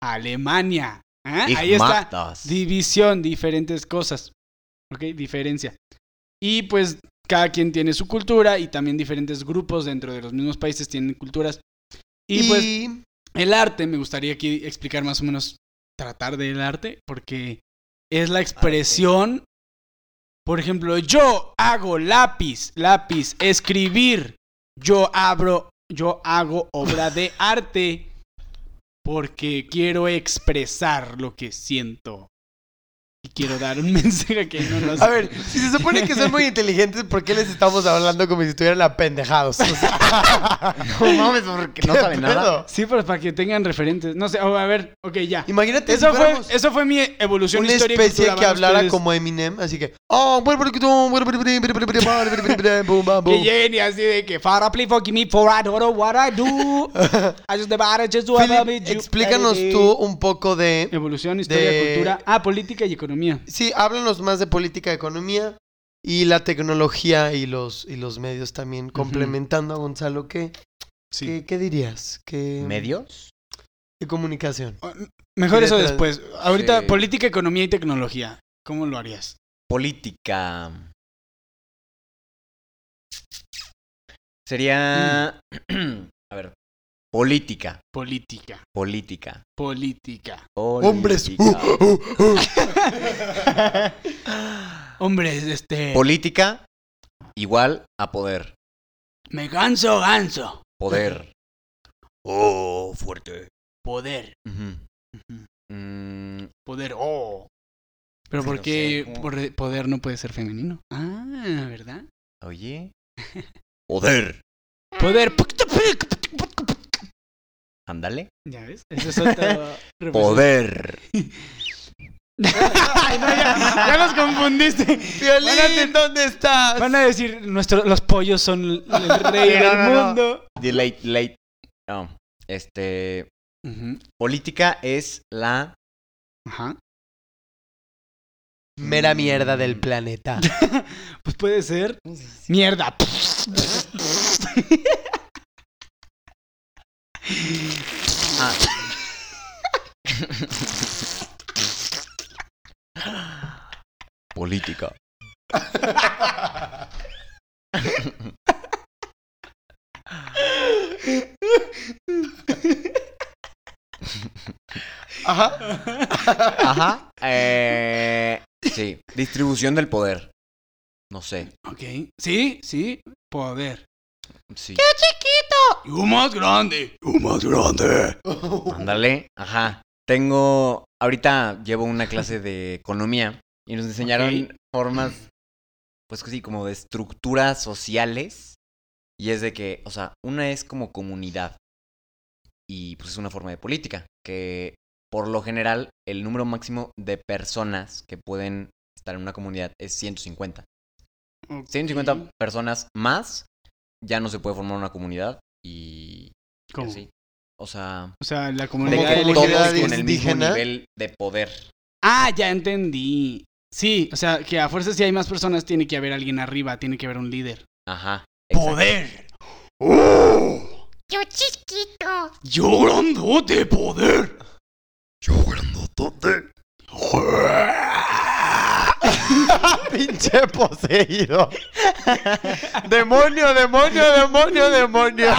S1: Alemania. ¿Ah?
S3: Ich
S1: Ahí está.
S3: mag das.
S1: división, diferentes cosas. ¿Ok? Diferencia. Y pues cada quien tiene su cultura y también diferentes grupos dentro de los mismos países tienen culturas. Y,
S2: Y,
S1: pues el arte, me gustaría aquí explicar más o menos, tratar del arte, porque es la expresión. Por ejemplo, yo hago lápiz, lápiz, escribir. Yo abro, yo hago obra de arte porque quiero expresar lo que siento. Y quiero dar un mensaje que no lo
S2: a ver, si se supone que son muy inteligentes, ¿por qué les estamos hablando como si estuvieran apendejados? O sea,
S3: No mames, porque no
S2: ¿qué
S3: sabe nada.
S2: pedo?
S1: Sí, pero para que tengan referentes. No sé, o a ver, ok, ya.
S2: Imagínate si
S1: Eso fue,
S2: fuéramos
S1: eso fue mi evolución
S2: una
S1: histórica.
S2: especie que hablara como Eminem, así que... Oh,
S1: Que lleguen y así de que, Father, please forgive me for I don't know what I do. I just never just do
S2: Philip,
S1: above it, you-
S2: explícanos tú un poco de...
S1: Evolución, historia,
S2: de-
S1: cultura. Ah, política y economía.
S2: Sí, háblanos más de política, economía y la tecnología y los, y los medios también. Complementando a Gonzalo, ¿qué,
S1: Sí.
S2: qué, qué dirías? ¿Qué,
S3: ¿Medios?
S2: ¿Qué comunicación?
S1: Oh, Mejor eso
S2: letras?
S1: después. Ahorita,
S3: Sí.
S1: política, economía y tecnología. ¿Cómo lo harías?
S3: Política. Sería. A ver. Política.
S1: Política.
S3: Política.
S1: Política.
S2: Hombres.
S3: política.
S1: Hombres, este.
S3: Política igual a poder.
S1: me ganso, ganso.
S3: Poder. Oh, fuerte.
S1: Poder.
S3: Ujú.
S1: Ujú.
S3: Mm,
S1: Poder, oh. Pero
S3: Sí,
S1: ¿por
S3: no
S1: qué
S3: sé, ¿cómo?
S1: por- poder no puede ser femenino? Ah, ¿verdad?
S3: Oye. Poder.
S1: Poder.
S3: Ándale.
S1: Ya ves, eso es otra representación.
S3: Poder.
S1: Ay, no, ya, ya los confundiste.
S2: Violín,
S1: Van a ten-
S2: ¿dónde estás?
S1: Van a decir, nuestro, los pollos son el rey
S2: Sí,
S1: del
S2: no, no, no.
S1: mundo.
S3: Delay, late. No. Este.
S1: Ujú,
S3: Política es la.
S1: Ajá.
S2: Mera mierda
S3: Mm,
S2: del planeta.
S1: Pues puede ser. Mierda.
S3: Ah. Política.
S2: Ajá.
S3: Ajá. Eh, sí. Distribución del poder. No sé.
S1: Ok. Sí, sí. Poder.
S3: Sí.
S1: Y un más grande. Y un más grande.
S3: Ándale. Ajá. Tengo. Ahorita llevo una clase de economía y nos enseñaron
S1: Ok.
S3: formas, pues sí, como de estructuras sociales. Y es de que, o sea, una es como comunidad. Y pues es una forma de política. Que por lo general, el número máximo de personas que pueden estar en una comunidad es 150.
S1: Ok.
S3: 150 personas más, ya no se puede formar una comunidad. Y.
S1: ¿Cómo?
S3: así. O sea,
S1: O sea, la
S3: de
S1: comunidad
S2: Como
S3: que
S1: de
S2: comunidad
S3: todos
S2: comunidades
S3: con el mismo
S2: indígena.
S3: nivel de poder.
S1: Ah, ya entendí. Sí, o sea, que a fuerza si hay más personas tiene que haber alguien arriba, tiene que haber un líder.
S3: Ajá. exacto. Eh,
S1: ¡Poder! ¡Oh!
S4: Yo chiquito.
S1: ¡Yo grandote, poder! ¡Yo grandote!
S2: Pinche poseído. demonio, demonio, demonio, demonio.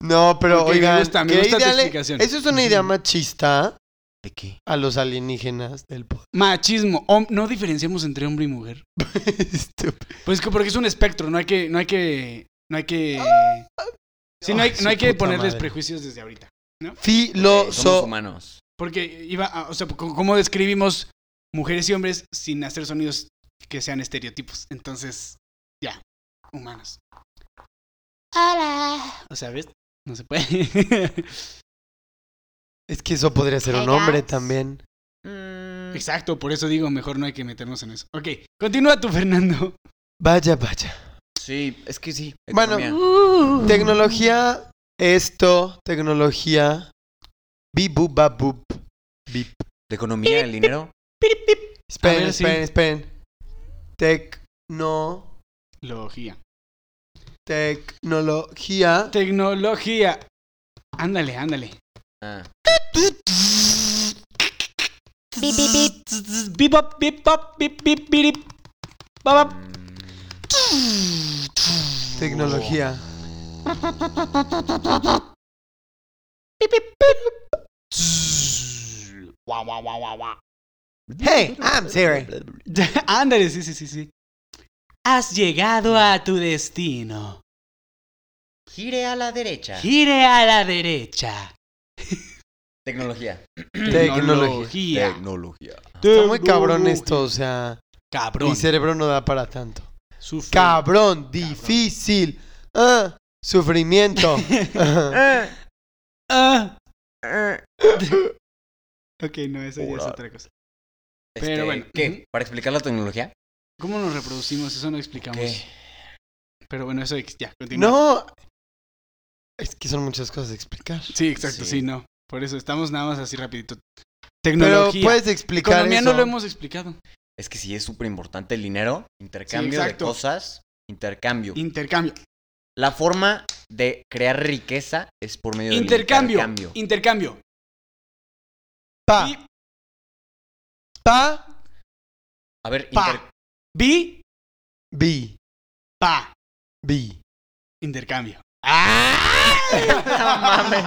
S2: No, pero
S1: Ok, me
S2: oigan,
S1: gusta, me
S2: qué
S1: gusta tu
S2: idea le-
S1: explicación.
S2: Eso es una idea machista
S3: ¿De qué?
S2: a los alienígenas del poder.
S1: Machismo. Hom- no diferenciamos entre hombre y mujer.
S2: Estúpido.
S1: Pues que porque es un espectro, no hay que. No hay que. No hay que. Sí, no hay,
S2: Ay, su
S1: no hay que
S2: puta
S1: ponerles
S2: madre.
S1: prejuicios desde ahorita.
S3: Eh, somos
S2: Filoso.
S3: humanos.
S1: Porque iba a- O sea, co- ¿cómo describimos mujeres y hombres sin hacer sonidos que sean estereotipos? Entonces, ya. Humanos.
S4: Hola.
S1: O sea, ¿ves? No se puede.
S2: Es que eso podría ser un
S4: Ay,
S2: hombre
S4: gas.
S2: también.
S1: Exacto, por eso digo, mejor no hay que meternos en eso. Ok, continúa tú, Fernando.
S2: Vaya, vaya.
S3: Sí, es que sí.
S2: Bueno,
S3: economía.
S2: Tecnología, esto, tecnología. Bibu babu.
S3: de economía, el dinero.
S2: Esperen,
S1: A ver, sí.
S2: esperen, esperen. Tecno,
S1: Logía.
S2: tecnología.
S1: Tecnología. Ándale, ándale.
S3: Ah,
S4: Bip, bip, bip.
S1: Bip, bop, bip, bop, bip, bip, birip. Bop, bop.
S3: mm,
S2: Tecnología.
S1: Guau, guau, guau, guau, guau.
S2: Hey, I'm Siri.
S1: Ándale, sí, sí, sí, sí. Has llegado a tu destino.
S3: Gire a la derecha.
S1: Gire a la derecha.
S3: Tecnología.
S1: Tecnología.
S3: Tecnología.
S2: Está muy cabrón esto, o sea,
S1: uh, Cabrón.
S2: mi cerebro no da para tanto.
S1: Sufre.
S2: Cabrón, difícil. Ah, sufrimiento. Eh, Ajá.
S1: Ah. ok, no, eso ya es
S3: Hola.
S1: otra cosa.
S3: Este,
S1: Pero bueno. Ujú.
S3: ¿Qué? ¿Para explicar la tecnología?
S1: ¿Cómo nos reproducimos? Eso no explicamos.
S3: ¿Qué?
S1: Pero bueno, eso ex- ya, continúa.
S2: no. Es que son muchas cosas a explicar.
S1: Sí, exacto, sí.
S3: Sí.
S1: no. Por eso estamos nada más así rapidito.
S2: Pero
S1: Tecnología.
S3: pues,
S2: puedes explicar
S1: Economía
S2: eso.
S1: no lo hemos explicado.
S3: Es que sí, es súper importante el dinero. Intercambio de
S1: exacto.
S3: cosas. Intercambio.
S1: Intercambio.
S3: La forma de crear riqueza es por medio del
S1: Intercambio.
S3: intercambio.
S1: Intercambio.
S2: Pa,
S1: Y-
S2: pa,
S3: A ver,
S1: Pa.
S3: inter-
S1: Vi.
S2: bi,
S1: Pa.
S2: bi.
S1: Intercambio. ¡Ah!
S3: No mames.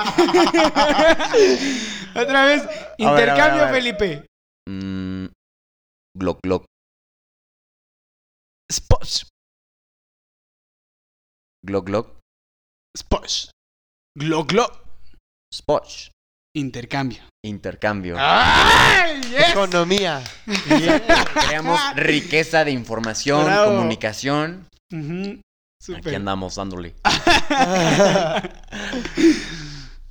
S1: Otra vez.
S3: a ver,
S1: Intercambio,
S3: a ver.
S1: Felipe.
S3: Mm, glock, glock,
S1: Spots.
S3: glock, glock,
S1: Spots. Glo, glo.
S3: spotch.
S1: Intercambio.
S3: Intercambio.
S2: Ah.
S1: ¡Ay! yes!
S2: Economía.
S3: Creamos riqueza de información,
S1: Bravo.
S3: comunicación.
S1: Ujú,
S3: Aquí
S1: Súper.
S3: andamos dándole.
S2: Ah.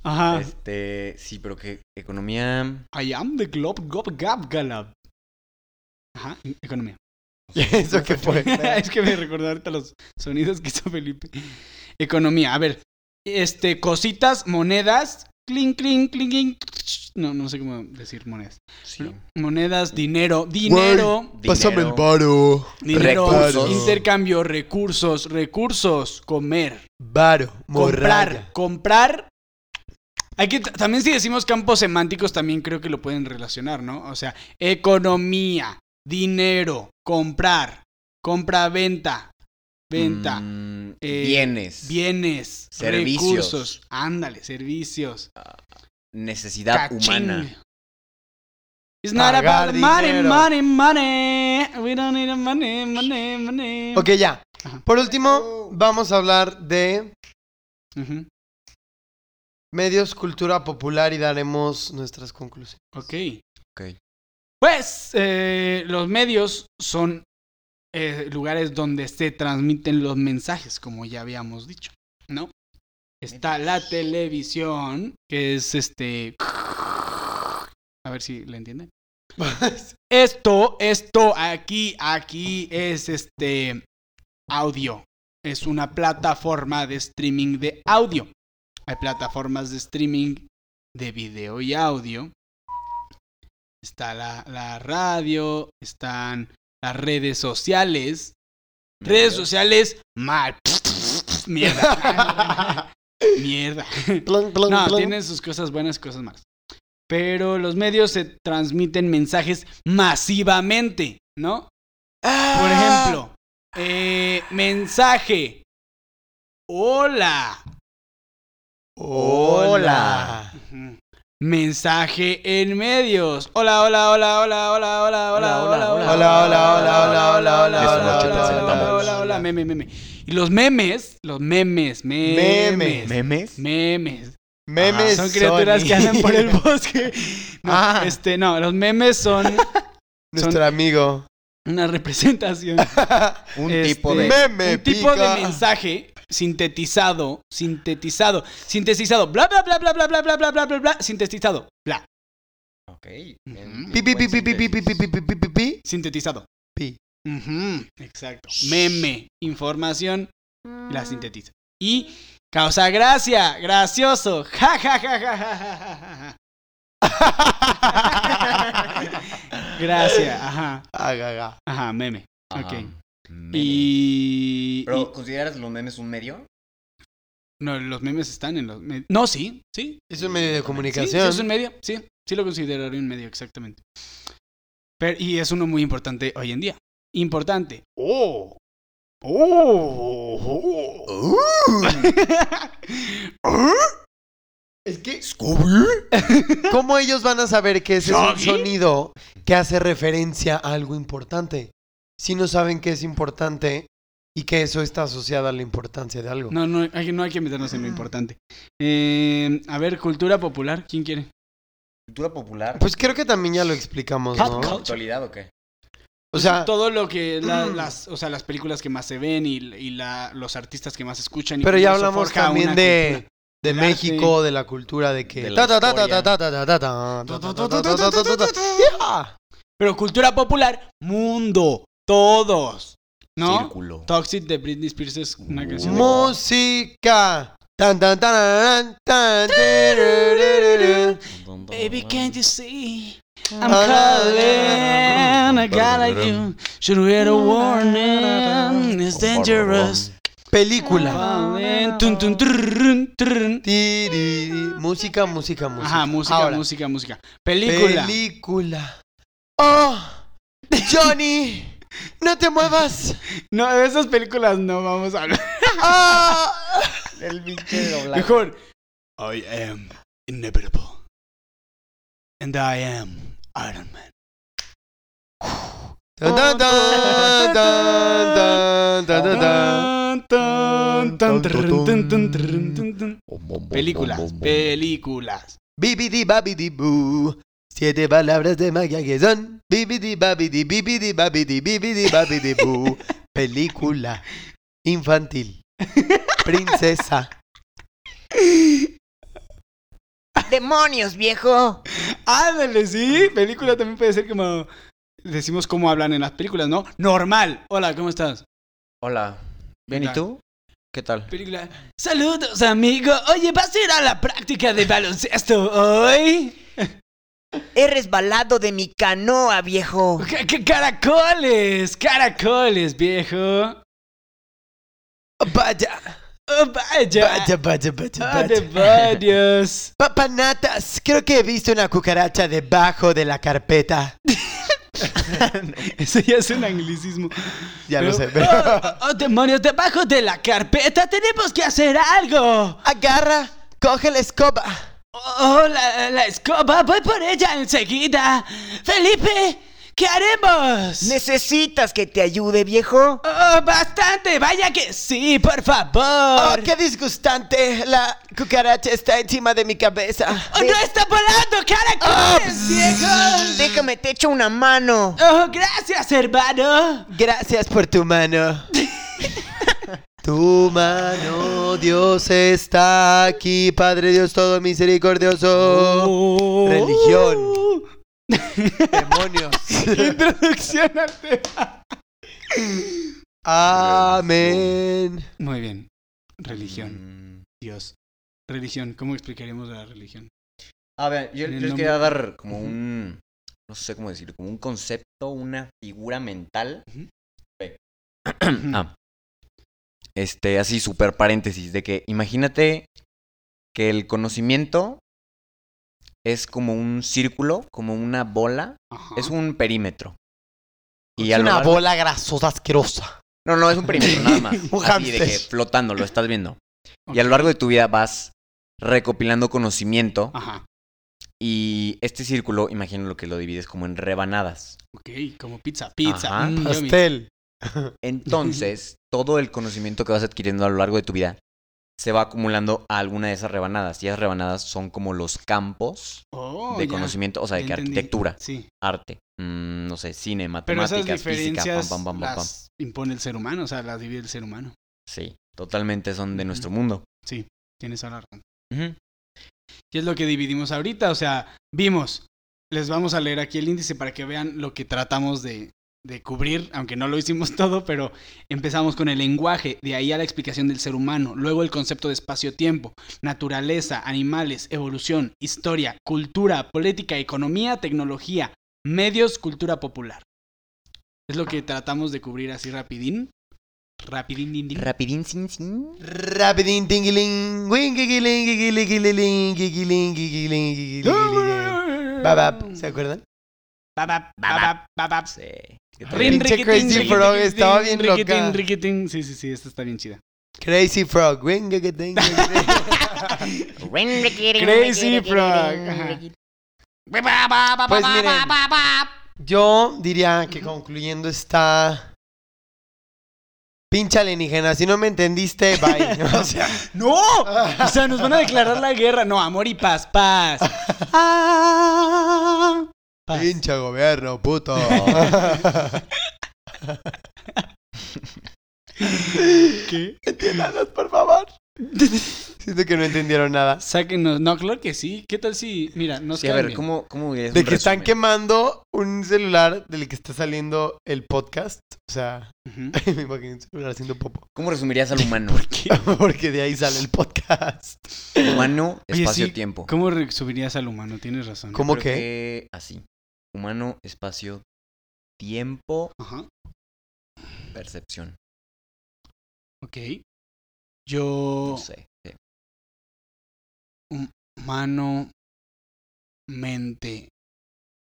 S1: Ajá.
S3: Este, sí, pero que economía.
S1: I am the glob gob gab galab. Ajá, economía.
S2: ¿Y eso qué fue?
S1: es que me recordó ahorita los sonidos que hizo Felipe. Economía, a ver. Este, cositas, monedas. Cling, cling, cling, cling. No, no sé cómo decir monedas.
S3: Sí.
S1: Monedas, dinero, dinero.
S2: Pásame el
S3: dinero,
S2: varo.
S1: Dinero,
S2: Recursos.
S1: intercambio, recursos, recursos, comer,
S2: Varo, morralla.
S1: comprar, comprar. Hay que, también si decimos campos semánticos, también creo que lo pueden relacionar, ¿no? O sea, economía, dinero, comprar, compra-venta, venta,
S3: mm,
S1: eh,
S3: bienes.
S1: bienes,
S3: Servicios.
S1: recursos, ándale, servicios.
S3: Necesidad
S1: Cachín.
S3: humana.
S1: It's not
S2: Pagar
S1: about money,
S2: dinero.
S1: money, money. We don't need money, money, money.
S2: Ok, ya.
S1: Ajá.
S2: Por último, vamos a hablar de
S1: Ujú,
S2: medios, cultura popular y daremos nuestras conclusiones.
S1: ok.
S3: Ok.
S1: Pues eh, los medios son eh, lugares donde se transmiten los mensajes, como ya habíamos dicho, ¿no? Está la televisión, que es este... A ver si le entienden. Esto, esto, aquí, aquí es este audio. Es una plataforma de streaming de audio. Hay plataformas de streaming de video y audio está la, la radio, están las redes sociales. Redes sociales mal. Mierda. Mierda.
S2: Plon, plon,
S1: No,
S2: plon.
S1: tienen sus cosas buenas y cosas malas. Pero los medios se transmiten mensajes masivamente, ¿no? Por
S2: Ah,
S1: ejemplo, eh, mensaje. Hola.
S2: Hola.
S1: Ujú. Mensaje en medios. Hola, hola, hola, hola, hola, hola, hola, hola, hola,
S2: hola, hola, hola, hola, hola, hola,
S1: Esta noche
S3: hola,
S1: presentamos.
S3: hola,
S1: hola, hola, meme, meme. Y los memes, los memes, memes, memes.
S3: ¿Memes?
S2: Memes.
S1: son criaturas
S2: Sony.
S1: que andan por el bosque. No,
S2: Ah.
S1: Este, no, los memes son
S2: Nuestro amigo.
S1: una representación
S3: Un
S1: Este,
S3: tipo de.
S2: Meme
S1: un tipo de
S2: pica.
S1: mensaje sintetizado, sintetizado, sintetizado, bla, bla, bla, bla, bla, bla, bla, bla, bla, bla, bla, sintetizado, bla,
S3: Ok.
S1: Ujú.
S3: en-
S2: Pi, pi,
S3: buen
S2: pi, pi, pi, pi, pi,
S3: síntesis.
S2: pi, pi, pi, pi, pi.
S1: sintetizado.
S2: Pi.
S1: Ujú, Exacto. Meme, información, la sintetiza. Y causa gracia, gracioso, ja, ja, ja, ja, ja, ja, ja, ja, ja.
S3: Ah,
S1: Gracias, ajá,
S2: Ah, ga, ga.
S1: ajá, meme. Ok.
S3: Memes.
S1: Y, y-
S3: Pero, ¿consideras los memes un medio?
S1: no, los memes están en los me- no, sí, sí,
S2: Es un medio de
S1: sí, sí
S2: comunicación.
S1: es un medio, sí, sí lo consideraría un medio exactamente. Pero y es uno muy importante hoy en día. Importante. Oh. Oh.
S2: Es que. ¿Cómo ellos van a saber que ese es un
S1: ¿Yogi?
S2: sonido que hace referencia a algo importante? Si no saben que es importante y que eso está asociado a la importancia de algo.
S1: No, no hay, no hay que meternos en lo importante. Eh, a ver, cultura popular, ¿quién quiere?
S3: ¿Cultura popular?
S2: Pues creo que también ya lo explicamos,
S1: Pop
S2: ¿no?
S1: culture.
S3: ¿Actualidad o qué?
S2: O sea,
S1: Pues, todo lo que la- las, o sea, las películas que más se ven y, y la- los artistas que más escuchan. y
S2: pero
S1: cómo
S2: ya
S1: eso
S2: hablamos
S1: forja
S2: también
S1: una
S2: de, de
S1: del arte.
S2: México, de la cultura, de que.
S3: De
S2: ta,
S3: la
S2: ta, ta, ta,
S3: historia.
S2: ta, ta, ta, ta, ta, ta, ta, ta, ta, ta, ta, ta, ta. Yeah.
S1: Pero cultura popular, mundo, todos. ¿No?
S3: Círculo.
S1: Toxic de Britney Spears es una canción. de-
S2: Música. Tan, tan, tan, tan, tan, tarararara.
S1: Baby, can't you see? I'm
S2: Ah. calling,
S1: calling a guy like you. Should wear a warning. It's dangerous.
S2: Película.
S1: Calling. Tun, tun, trrrrrun, trrrrun.
S2: Ti, ri, ri. Música, música, música.
S1: Ajá, música,
S2: Ahora,
S1: música, música. Película.
S2: Película. ¡Oh! ¡Johnny! ¡No te muevas!
S1: no, de esas películas no vamos a hablar.
S2: ¡Ah!
S3: El pinche doblaje.
S1: Mejor. I am inevitable. And I am Iron Man.
S2: Tan, tan, tan, tan, tan, tan, tan.
S1: Tan, tan, trrrrun, tan, tan, trrrrun, tan, tan. Películas, películas.
S2: Bibidi babidi boo. Siete palabras de magia que son. Bibidi babidi bibidi babidi bibidi babidi boo. Película. Infantil. Princesa.
S4: ¡Demonios, viejo!
S1: Ándale, Ah, sí. Película también puede ser como. Decimos cómo hablan en las películas, ¿no? Normal. Hola, ¿cómo estás?
S3: Hola. Bien, ¿y
S1: tal?
S3: tú? ¿Qué tal?
S1: Película. Saludos, amigo. Oye, ¿vas a ir a la práctica de baloncesto hoy?
S4: He resbalado de mi canoa, viejo.
S1: ¿Qué, qué caracoles? Caracoles, viejo.
S2: Vaya.
S1: Oh, vaya.
S2: Vaya, vaya, vaya,
S1: Ah, de
S2: vaya.
S1: varios.
S2: Papanatas, creo que he visto una cucaracha debajo de la carpeta.
S1: Eso ya es un anglicismo.
S2: Ya lo sé. pero-
S1: Oh, oh, demonios, debajo de la carpeta tenemos que hacer algo.
S2: Agarra, coge la escoba.
S1: Oh, la, la escoba, voy por ella enseguida. Felipe, ¿qué haremos?
S4: ¿Necesitas que te ayude, viejo?
S1: Oh, bastante, vaya que sí, por
S2: Oh,
S1: favor.
S2: qué disgustante. La cucaracha está encima de mi cabeza.
S1: Oh, no está volando, caracoles, viejo.
S4: Déjame, te echo una mano.
S1: Oh, gracias, hermano.
S2: Gracias por tu mano. Tu mano, Dios está aquí, Padre Dios todo misericordioso.
S3: Oh.
S2: religión. Demonios.
S1: Introducción al tema.
S2: Amén.
S1: Muy bien. Religión,
S3: Mm.
S1: Dios. Religión, ¿cómo explicaríamos la religión?
S3: A ver, yo,
S1: En
S3: yo
S1: el
S3: les
S1: nombre-
S3: quería dar como
S1: Ujú.
S3: un. No sé cómo decirlo, como un concepto, una figura mental.
S1: Ujú.
S3: Ve. Ah. Este, así, super paréntesis, de que imagínate que el conocimiento es como un círculo, como una bola,
S1: Ajá.
S3: es un perímetro.
S2: Es
S3: a lo
S2: una
S3: largo-
S2: bola grasosa asquerosa.
S3: No, no, es un perímetro nada más.
S2: Un
S3: Así de que
S2: hámster.
S3: flotando, lo estás viendo.
S1: Ok.
S3: Y a lo largo de tu vida vas recopilando conocimiento
S1: Ajá.
S3: y este círculo, imagino lo que lo divides como en rebanadas.
S1: Ok, como pizza, pizza.
S3: Ajá.
S1: mm, yummy.
S2: Pastel.
S3: Entonces, todo el conocimiento que vas adquiriendo a lo largo de tu vida se va acumulando a alguna de esas rebanadas. Y esas rebanadas son como los campos
S1: Oh,
S3: de
S1: ya.
S3: conocimiento, o sea, de
S1: ya
S3: que
S1: entendí.
S3: arquitectura,
S1: Sí,
S3: arte, mm, no sé, cine,
S1: pero
S3: matemáticas,
S1: esas
S3: física,
S1: diferencias
S3: pam, pam, pam, pam, pam.
S1: las impone el ser humano, o sea, las divide el ser humano.
S3: Sí. totalmente son de
S1: Ujú.
S3: nuestro mundo.
S1: Tienes toda la razón.
S3: Ujú.
S1: Y es lo que dividimos ahorita, o sea, vimos, les vamos a leer aquí el índice para que vean lo que tratamos de, de cubrir, aunque no lo hicimos todo, pero empezamos con el lenguaje, de ahí a la explicación del ser humano, luego el concepto de espacio-tiempo, naturaleza, animales, evolución, historia, cultura, política, economía, tecnología, medios, cultura popular. Es lo que tratamos de cubrir así rapidín. Rapidín, din, din.
S4: Rapidín, sin, sin.
S2: Rapidín, tingiling, wingigiling, gigiligiling, gigiling, gigiling, gigiling. Babap, ¿se acuerdan?
S1: ¡Ah! Babap, babap, babap.
S3: Sí. ¿Qué tal?
S1: Rin,
S2: Pinche
S1: riquitín,
S2: Crazy
S1: riquitín,
S2: Frog
S1: riquitín,
S2: estaba bien
S1: riquitín,
S2: loca.
S1: riquitín. Sí, sí, sí, esta está bien chida.
S2: Crazy Frog, wingigiling.
S1: Crazy
S4: Crazy
S1: Frog, ajá.
S2: Pues miren, yo diría que concluyendo está... Pincha alienígena, si no me entendiste, bye. O sea,
S1: ¡No! O sea, nos van a declarar la guerra. No, amor y paz, paz. Ah, paz.
S2: pinche gobierno, puto.
S1: ¿Qué?
S2: Entiéndanos, por favor. Siento que no entendieron nada.
S1: Sáquenos. No, claro que sí. ¿Qué tal si, mira, nos
S3: Sí, a ver,
S1: cambian?
S3: ¿cómo, cómo es
S2: De
S3: un
S2: que están
S3: resumen?
S2: quemando un celular del que está saliendo el podcast. O sea,
S1: Ujú.
S2: me imagino un celular haciendo popo.
S3: ¿Cómo resumirías al humano?
S1: ¿Por qué?
S2: Porque de ahí sale el podcast.
S3: Humano,
S1: Oye, sí,
S3: espacio-tiempo.
S1: ¿Cómo re- subirías al humano? Tienes razón.
S2: ¿Cómo
S3: Creo
S2: que?
S3: que Así. Humano, espacio, tiempo,
S1: Ajá.
S3: percepción.
S1: Ok. Yo, Oh.
S3: No
S2: Pues
S3: sé. sí.
S1: mano, mente,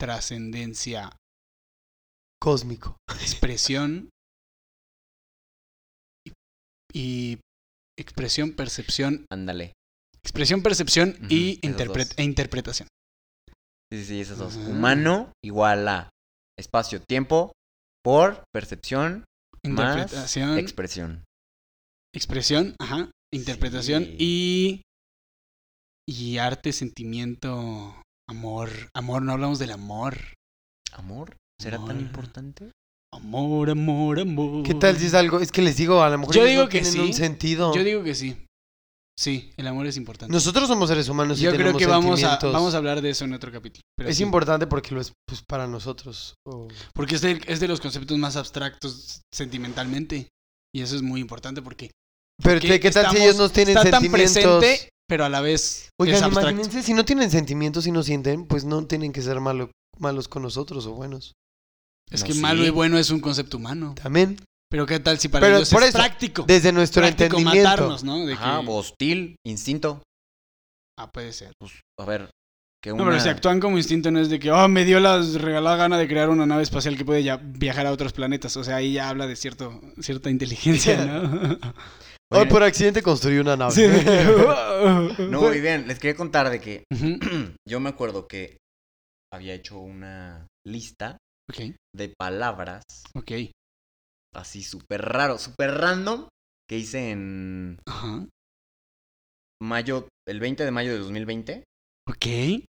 S1: trascendencia,
S2: Cósmico.
S1: expresión y- y, expresión, percepción,
S3: Ándale.
S1: expresión, percepción y
S3: Ujú, esos
S1: interpre-
S3: dos.
S1: e interpretación.
S3: Sí, sí, sí, esas dos.
S1: Ajá.
S3: Humano igual a espacio, tiempo, por percepción, más
S1: Interpretación,
S3: expresión.
S1: expresión, ajá, interpretación y y arte, sentimiento, amor, amor, no hablamos del amor.
S3: ¿Amor? ¿Será
S1: Amor.
S3: tan importante?
S1: Amor, amor, amor.
S2: ¿Qué tal si es algo? Es que les digo, a lo mejor
S1: Yo
S2: ellos
S1: digo
S2: no
S1: que
S2: tienen
S1: sí.
S2: un sentido.
S1: Yo digo que sí. Sí, el amor es importante.
S2: Nosotros somos seres humanos y
S1: Yo creo
S2: tenemos
S1: que vamos a,
S2: sentimientos.
S1: vamos a hablar de eso en otro capítulo. pero
S2: Es
S1: sí.
S2: importante porque lo es pues, para nosotros. o-
S1: Porque es de, es de los conceptos más abstractos sentimentalmente. Y eso es muy importante porque
S2: Pero
S1: Porque
S2: ¿qué, qué tal si
S1: estamos-
S2: ellos no tienen
S1: está tan
S2: sentimientos?
S1: presente, pero a la vez es
S2: Oigan,
S1: abstracto.
S2: imagínense, si no tienen sentimientos y no sienten, pues no tienen que ser malo- malos con nosotros o buenos.
S1: Es
S3: No,
S1: que
S3: sí.
S1: malo y bueno es un concepto humano.
S2: También.
S1: Pero qué tal si para
S2: Pero
S1: ellos
S2: por
S1: es
S2: eso,
S1: práctico.
S2: Desde nuestro
S1: práctico
S2: entendimiento.
S1: matarnos, ¿no? De
S3: Ajá,
S1: que-
S3: hostil, instinto.
S1: Ah, puede ser.
S3: Pues, a ver, que una...
S1: No, pero si actúan como instinto no es de que, oh, me dio la regalada gana de crear una nave espacial que puede ya viajar a otros planetas. O sea, ahí ya habla de cierto, cierta inteligencia, ¿no?
S2: Hoy
S3: Oigan,
S2: por accidente construí una nave.
S1: Sí, de que,
S3: No, muy bien, les quería contar de que
S1: Ujú,
S3: yo me acuerdo que había hecho una lista
S1: Ok,
S3: de palabras
S1: ok.
S3: así súper raro, súper random que hice en
S1: Ajá.
S3: mayo, el 20 de mayo de 2020.
S1: Ok.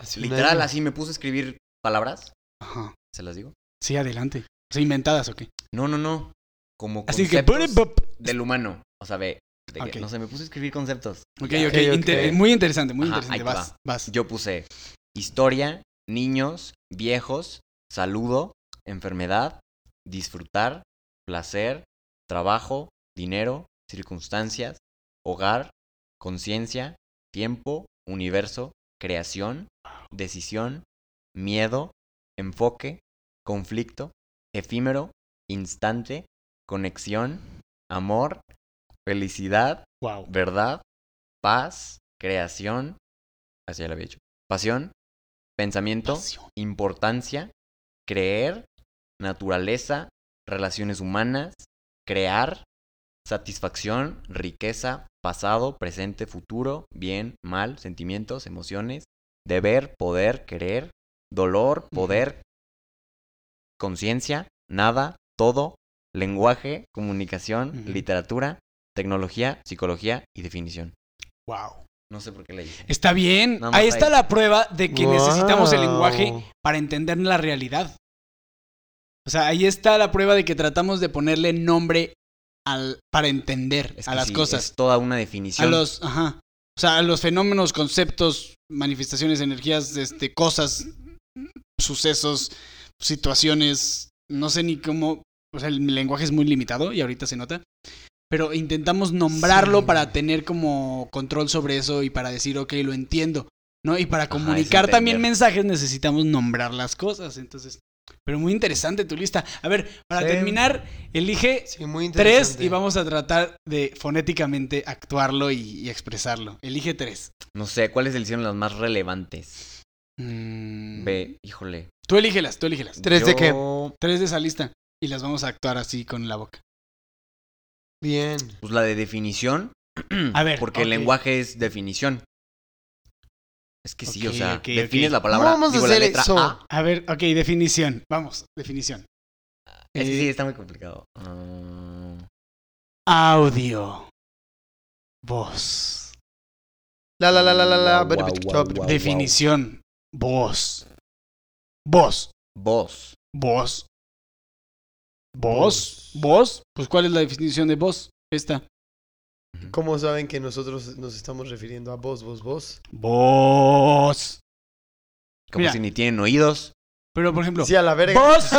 S2: Hace un
S3: Literal,
S2: año.
S3: así me puse a escribir palabras.
S1: Ajá.
S3: ¿Se las digo?
S1: Sí, adelante. O sea, inventadas, ok.
S3: No, no, no. Como
S1: Así que.
S3: conceptos
S1: bup, bup.
S3: del humano. O sea, ve. de que-
S1: Ok.
S3: No sé, me puse a escribir conceptos.
S1: Ok,
S3: Ya.
S1: ok.
S2: ok.
S1: inter- eh, Muy interesante, muy
S3: Ajá, ahí
S1: interesante.
S3: te
S1: Vas, vas.
S3: Yo puse historia, niños, viejos, saludo, enfermedad, disfrutar, placer, trabajo, dinero, circunstancias, hogar, conciencia, tiempo, universo, creación, decisión, miedo, enfoque, conflicto, efímero, instante, conexión, amor, felicidad,
S1: Wow.
S3: verdad, paz, creación, así ya lo había hecho, pasión, pensamiento, importancia, creer, naturaleza, relaciones humanas, crear, satisfacción, riqueza, pasado, presente, futuro, bien, mal, sentimientos, emociones, deber, poder, querer, dolor, poder, conciencia, nada, todo, lenguaje, comunicación,
S1: Ujú.
S3: literatura, tecnología, psicología y definición.
S1: Wow.
S3: No sé por qué le hice.
S1: Está bien.
S3: Nada más
S1: Ahí está
S3: ahí.
S1: la prueba de que necesitamos el lenguaje
S2: Wow.
S1: para entender la realidad. O sea, ahí está la prueba de que tratamos de ponerle nombre al, para entender
S3: Es
S1: a
S3: que
S1: las
S3: sí,
S1: cosas.
S3: Es toda una definición.
S1: A los, ajá. O sea, a los fenómenos, conceptos, manifestaciones, energías, este, cosas, sucesos, situaciones. No sé ni cómo. O sea, el lenguaje es muy limitado y ahorita se nota. Pero intentamos nombrarlo
S2: Sí.
S1: para tener como control sobre eso y para decir, ok, lo entiendo. ¿No? Y para
S3: Ajá, es
S1: comunicar también
S3: entender.
S1: mensajes necesitamos nombrar las cosas. Entonces. Pero muy interesante tu lista. A ver, para
S2: Sí.
S1: terminar, elige
S2: Sí, muy interesante.
S1: Tres y vamos a tratar de fonéticamente actuarlo y, y expresarlo. Elige tres.
S3: No sé, ¿cuáles le hicieron las más relevantes?
S1: Mm,
S3: Ve, híjole. pues
S1: Tú elígelas, tú elígelas.
S2: ¿Tres de qué?
S3: Yo,
S1: Tres de esa lista y las vamos a actuar así con la boca.
S2: Bien.
S3: Pues la de definición.
S1: A ver,
S3: Porque el
S1: ok.
S3: lenguaje es definición. Es que sí,
S1: Ok,
S3: o sea,
S1: ok,
S3: defines
S1: ok.
S3: la palabra.
S2: Vamos a
S3: digo, la
S2: hacer
S3: letra
S2: eso.
S3: A.
S1: A ver, ok, definición. Vamos, definición.
S3: Ah, Es que
S1: Eh,
S3: sí, está muy complicado. Ah,
S1: Audio. Voz.
S2: La la la la la la.
S3: Guau, guau, guau, guau.
S1: definición. Voz. Voz.
S3: voz.
S1: Voz. Voz. Voz. Pues, ¿cuál es la definición de voz? Esta.
S2: ¿Cómo saben que nosotros nos estamos refiriendo a vos, vos, vos?
S1: Voz.
S3: Como
S1: Mira.
S3: si ni tienen oídos.
S1: Pero, por ejemplo,
S2: Sí, a la verga.
S1: Vos.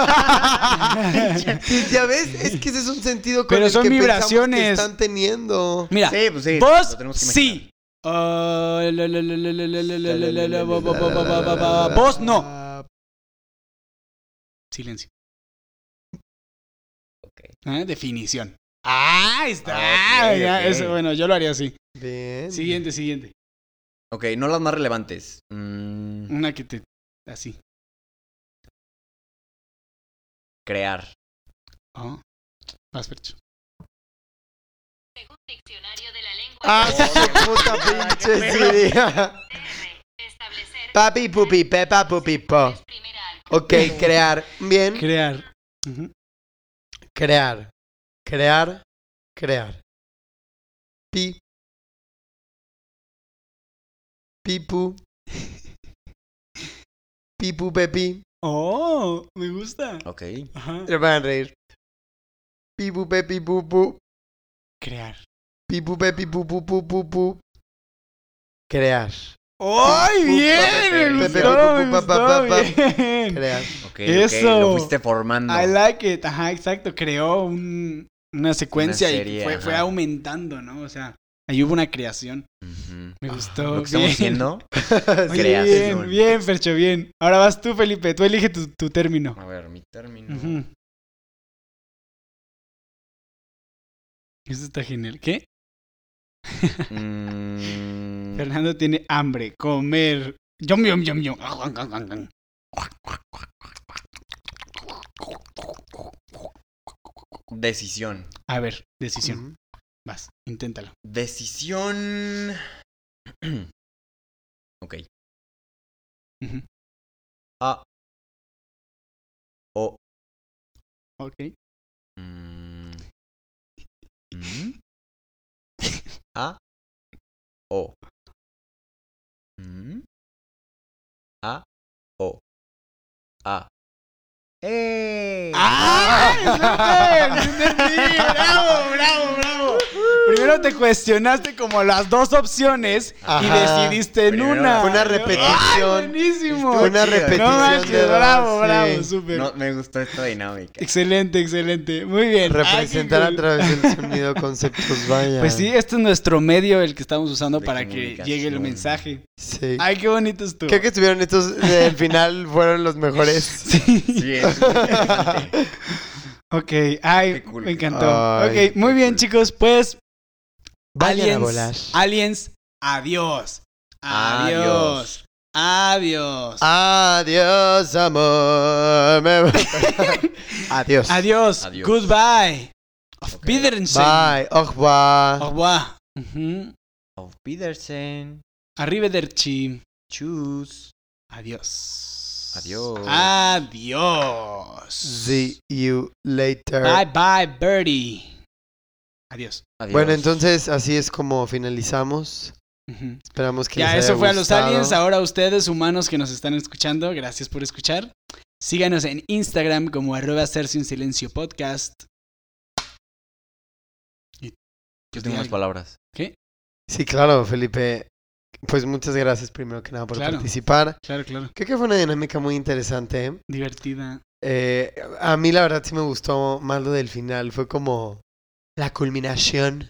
S2: ya ves, es que ese es un sentido con
S1: Pero
S2: el
S1: son
S2: que pensamos que
S1: vibraciones.
S2: están teniendo.
S1: Mira,
S3: Sí, pues sí.
S1: vos
S3: lo tenemos que imaginar.
S1: Ah, sí. Ah, la, la, la, la, la, la, la, la, la, la, bo- bo- bo- bo- bo- bo- bo- Vos no. Silencio.
S3: Ok.
S1: Ah, Definición. Ah, ahí está.
S3: Ah, ok,
S1: Ya,
S3: ok.
S1: eso, bueno, yo lo haría así.
S2: Bien.
S1: Siguiente, siguiente.
S3: Ok, no las más relevantes. Mm,
S1: Una que te. Así.
S3: crear.
S1: Ah. Vas, Fercho.
S5: Según Diccionario de la Lengua
S2: Ah, su puta pinche Siri.
S5: TR, establecer este
S2: Papi pupi, pepa pupi po.
S5: es primera al
S2: Ok, crear. Bien.
S1: Crear. Ujú.
S2: Crear. Crear. Crear. Pi. Pipu. Pipu pepi.
S1: Oh, me gusta.
S3: Ok.
S1: Ajá.
S2: Se van a reír. Pipu pepi pupu.
S1: Crear.
S2: Pipu pepi pupu pupu pu. Crear.
S1: ¡Ay,
S3: Pepe,
S1: bien! Me
S3: Pepe,
S1: gustó,
S2: Pepe,
S1: me
S2: pa, pa,
S1: gustó, bien.
S2: Crear.
S3: Ok, ok,
S1: Eso.
S3: Lo fuiste formando.
S1: I like it. Ajá, exacto. Creó un- una secuencia y
S3: serie,
S1: fue, fue
S3: ajá.
S1: aumentando, ¿no? O sea, ahí hubo una creación.
S3: Ujú. Ah,
S1: Me gustó.
S3: Lo que
S1: bien.
S3: estamos haciendo.
S1: Oye,
S3: creación.
S1: Bien, bien, Fercho, bien. Ahora vas tú, Felipe. Tú elige tu, tu término.
S3: A ver, mi término.
S1: Ujú. Eso está genial. ¿Qué?
S3: Mm,
S1: Fernando tiene hambre. Comer. Yum, yum, yum, yum.
S3: decisión.
S1: A ver, decisión. Vas, inténtalo.
S3: Decisión. ok.
S1: Ujú.
S3: A. O.
S1: Ok.
S3: Mm. Mm. A. O. Mm. A. O. A. ¡Eh!
S1: ¡Ah! ¡Súper! ¡Sí entendí! ¡Bravo, bravo, bravo! Primero te cuestionaste como las dos opciones
S2: Ajá.
S1: y decidiste en
S3: Primero
S1: una.
S2: Fue una
S1: Yo-
S2: repetición.
S1: ¡Ay, buenísimo!
S2: Fue una
S3: chido.
S2: repetición.
S1: no manches,
S2: de dos,
S1: bravo,
S2: sí.
S1: bravo, súper.
S3: No, me gustó esta dinámica.
S1: Excelente, excelente. Muy bien.
S2: Representar
S1: Ay,
S2: a
S1: qué
S2: través del sonido conceptos, vaya.
S1: cool. Pues sí, este es nuestro medio, el que estamos usando
S3: De
S1: para que llegue el
S3: comunicación.
S1: mensaje.
S2: Sí.
S1: ¡Ay, qué bonito estuvo!
S2: Creo que estuvieron estos. El final fueron los mejores.
S1: Sí.
S3: Sí, es interesante.
S1: Ok, ay,
S3: Qué cool.
S1: me encantó.
S2: Ay,
S1: ok, muy
S3: qué
S1: bien,
S3: cool.
S1: chicos, pues
S2: Vayan
S1: aliens,
S2: a volar.
S1: Aliens, adiós. Adiós.
S3: Adiós. Ah.
S1: Adiós.
S2: Adiós, amor. Me- Adiós.
S1: Adiós.
S3: Adiós.
S1: Goodbye. Auf
S3: Ok.
S1: Wiedersehen.
S2: Bye. Au
S1: Au
S2: revoir.
S1: revoir. Ujú.
S3: Auf Wiedersehen.
S1: Arrivederci.
S3: Tschüss.
S1: Adiós.
S3: Adiós.
S1: Adiós.
S2: See you later.
S1: Bye bye, birdie. Adiós.
S3: Adiós.
S2: Bueno, entonces así es como finalizamos.
S1: Ujú.
S2: Esperamos que les
S1: Ya,
S2: haya
S1: eso fue a los
S2: gustado.
S1: aliens. Ahora ustedes, humanos que nos están escuchando, gracias por escuchar. Síganos en Instagram como arroba hacerse un silencio podcast.
S3: Yo tengo unas
S1: Alguien.
S3: palabras.
S2: Sí, claro, Felipe. Pues muchas gracias primero que nada por
S1: Claro.
S2: participar.
S1: Claro, claro.
S2: Creo que fue una dinámica muy interesante. ¿eh?
S1: Divertida.
S2: Eh, a mí la verdad sí me gustó más lo del final. Fue como la culminación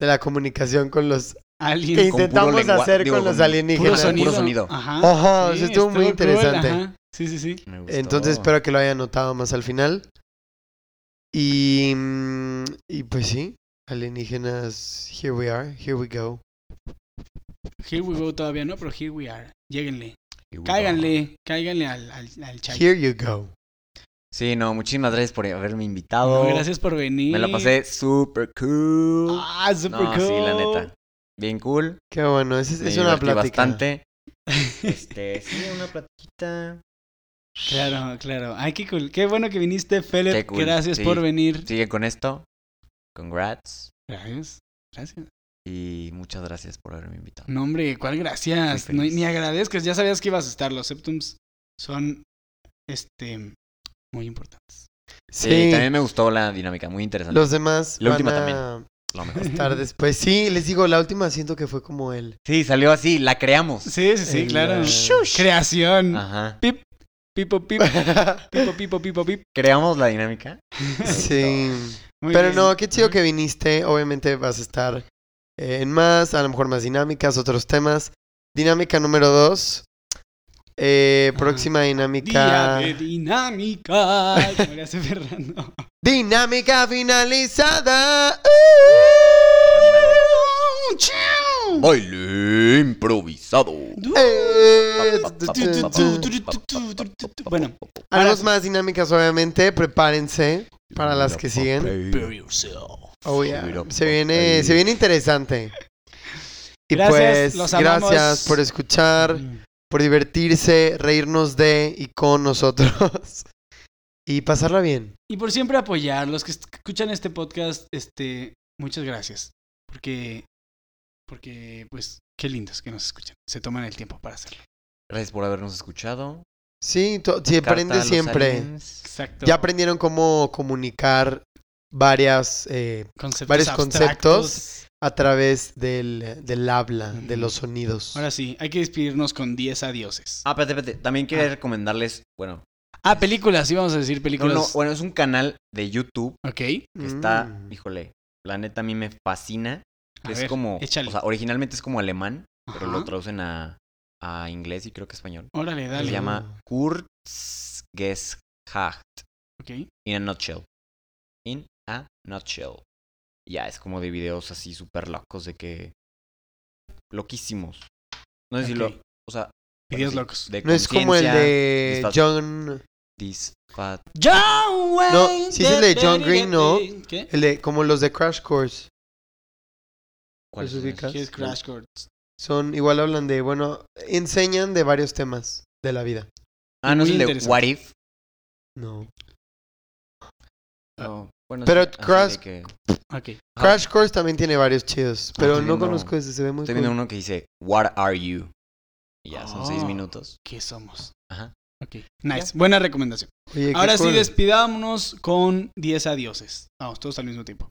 S2: de la comunicación con los
S1: Alguien.
S2: que
S3: con puro
S2: intentamos
S3: lengua-
S2: hacer
S3: digo,
S2: con los
S3: con
S2: alienígenas.
S1: Puro
S3: Puro
S1: sonido.
S3: sonido.
S1: Ajá.
S2: Ajá, o sea, estuvo muy
S1: cool,
S2: interesante.
S1: ajá. Sí, sí, sí.
S3: Me gustó.
S2: Entonces espero que lo hayan notado más al final. Y, mm, y pues sí, alienígenas, here we are, here we go.
S1: Here we go todavía no, pero here we are. Lléguenle.
S3: Y bueno.
S1: Cáiganle. Cáiganle al, al, al chay.
S2: Here you go.
S3: Sí, no, muchísimas gracias por haberme
S1: No,
S3: invitado.
S1: gracias por venir.
S3: Me la pasé súper cool.
S1: Ah, super
S3: no,
S1: cool.
S3: sí, la neta. Bien cool.
S2: Qué bueno, es, es
S3: me
S2: una
S3: divertí
S2: plática.
S3: bastante. Este, sí, una platiquita.
S1: Claro, claro. Ay, qué cool. Qué bueno que viniste, Philip.
S3: Qué cool,
S1: Gracias
S3: sí.
S1: por venir.
S3: Sigue con esto. Congrats.
S1: Gracias. Gracias.
S3: Y muchas gracias por haberme invitado.
S1: No, hombre, ¿cuál gracias?
S3: Muy
S1: No,
S3: feliz.
S1: ni agradezcas. Ya sabías que ibas a estar. Los septums son, este, muy importantes.
S3: Sí,
S2: Sí,
S3: también me gustó la dinámica, muy interesante.
S2: los demás
S3: La
S2: van
S3: última
S2: a
S3: Lo mejor.
S2: estar después. Sí, les digo, la última siento que fue como el...
S3: Sí, salió así, la creamos.
S1: Sí, sí, sí,
S2: el,
S1: claro.
S2: eh,
S1: Creación.
S3: Ajá.
S1: Pipo, pipo, pipo, pipo, pipo, pipo.
S3: Creamos la dinámica.
S2: sí.
S1: Muy
S2: Pero
S1: bien.
S2: no, qué chido
S1: Ajá.
S2: que viniste. Obviamente vas a estar eh, en más, a lo mejor más dinámicas, otros temas. Dinámica número dos. Eh,
S1: Ajá.
S2: próxima
S1: Ah, Día
S2: dinámica.
S1: de dinámica. Como le hace Fernando.
S2: Dinámica finalizada.
S1: ¡Chao!
S3: Baile improvisado.
S2: Eh,
S1: Bueno,
S2: Haremos más dinámicas, obviamente. Prepárense para las que siguen. Oh, yeah. Se viene, se viene interesante. Y
S1: Gracias,
S2: pues,
S1: los amamos.
S2: gracias por escuchar. por divertirse, reírnos de y con nosotros y pasarla bien.
S1: Y por siempre apoyar. Los que est- que escuchan este podcast, este, muchas gracias. Porque, porque, pues, qué lindos que nos escuchan. Se toman el tiempo para hacerlo.
S3: Gracias por habernos escuchado.
S2: Sí, to- se
S3: Carta a
S2: aprende
S3: los
S2: siempre.
S3: aliens.
S1: Exacto.
S2: Ya aprendieron cómo comunicar varias eh,
S1: Conceptos
S2: varios
S1: abstractos.
S2: conceptos. a través del, del habla, de los sonidos.
S1: Ahora sí, hay que despedirnos con 10 adioses.
S3: Ah, espérate, espérate. También quería recomendarles, bueno,
S1: Ah, películas, sí, vamos a decir
S3: no,
S1: películas.
S3: no, bueno, es un canal de YouTube
S1: Ok. a
S3: que está,
S2: Mm.
S3: híjole, la neta a mí me fascina. es
S1: ver,
S3: como,
S1: échale.
S3: o sea, originalmente es como alemán, pero lo
S1: Ajá.
S3: traducen a, a inglés y creo que español.
S1: Órale,
S3: Se
S1: dale.
S3: llama Kurzgesagt.
S1: Ok.
S3: In a nutshell. In a nutshell. Ya, es como de videos así súper locos de que... Loquísimos. No sé si lo...
S1: Ok.
S3: O sea...
S1: Videos
S3: sí,
S1: locos.
S3: De
S2: No es como el
S3: conciencia,
S2: de
S3: disfaz-
S2: John,
S3: disfa-
S1: John Wayne.
S2: No, sí es el de John Green, ¿no?
S1: ¿Qué?
S2: el de como los de Crash Course.
S3: ¿cuáles
S2: ¿Los
S3: son
S2: ubicas?
S1: ¿Qué es
S3: esos?
S1: Crash Course?
S2: Son igual hablan de, bueno, enseñan de varios temas de la vida.
S3: Ah, no es
S1: Muy
S3: el de
S1: interesante.
S3: What If.
S2: No.
S3: No, bueno,
S2: Pero
S3: sí, así de
S2: Crash-
S3: que-
S1: Ok.
S3: Ah,
S2: Crash Course también tiene varios chidos, pero
S3: estoy
S2: Ah, no
S3: viendo-
S2: conozco ese, se ve muy
S3: Estoy
S2: cool.
S3: viendo uno que dice What are you? Y ya, son seis
S1: Oh.
S3: minutos.
S1: ¿Qué somos?
S3: Ajá.
S1: Ok. Nice. Buena recomendación.
S2: Oye, qué
S1: Ahora sí,
S2: cool.
S1: despidámonos con 10 adioses. Vamos, todos al mismo tiempo.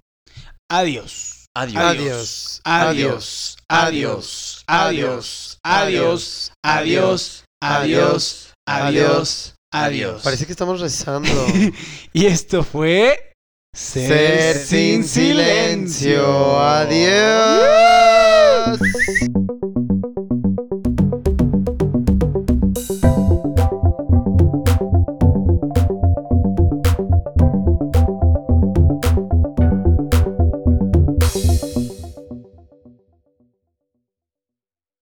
S1: Adiós.
S3: Adiós.
S2: Adiós.
S1: Adiós. Adiós. Adiós. Adiós. Adiós. Adiós. Adiós. Adiós.
S2: Parece que estamos rezando.
S1: Y esto fue.
S2: Ser sin silencio. Adiós.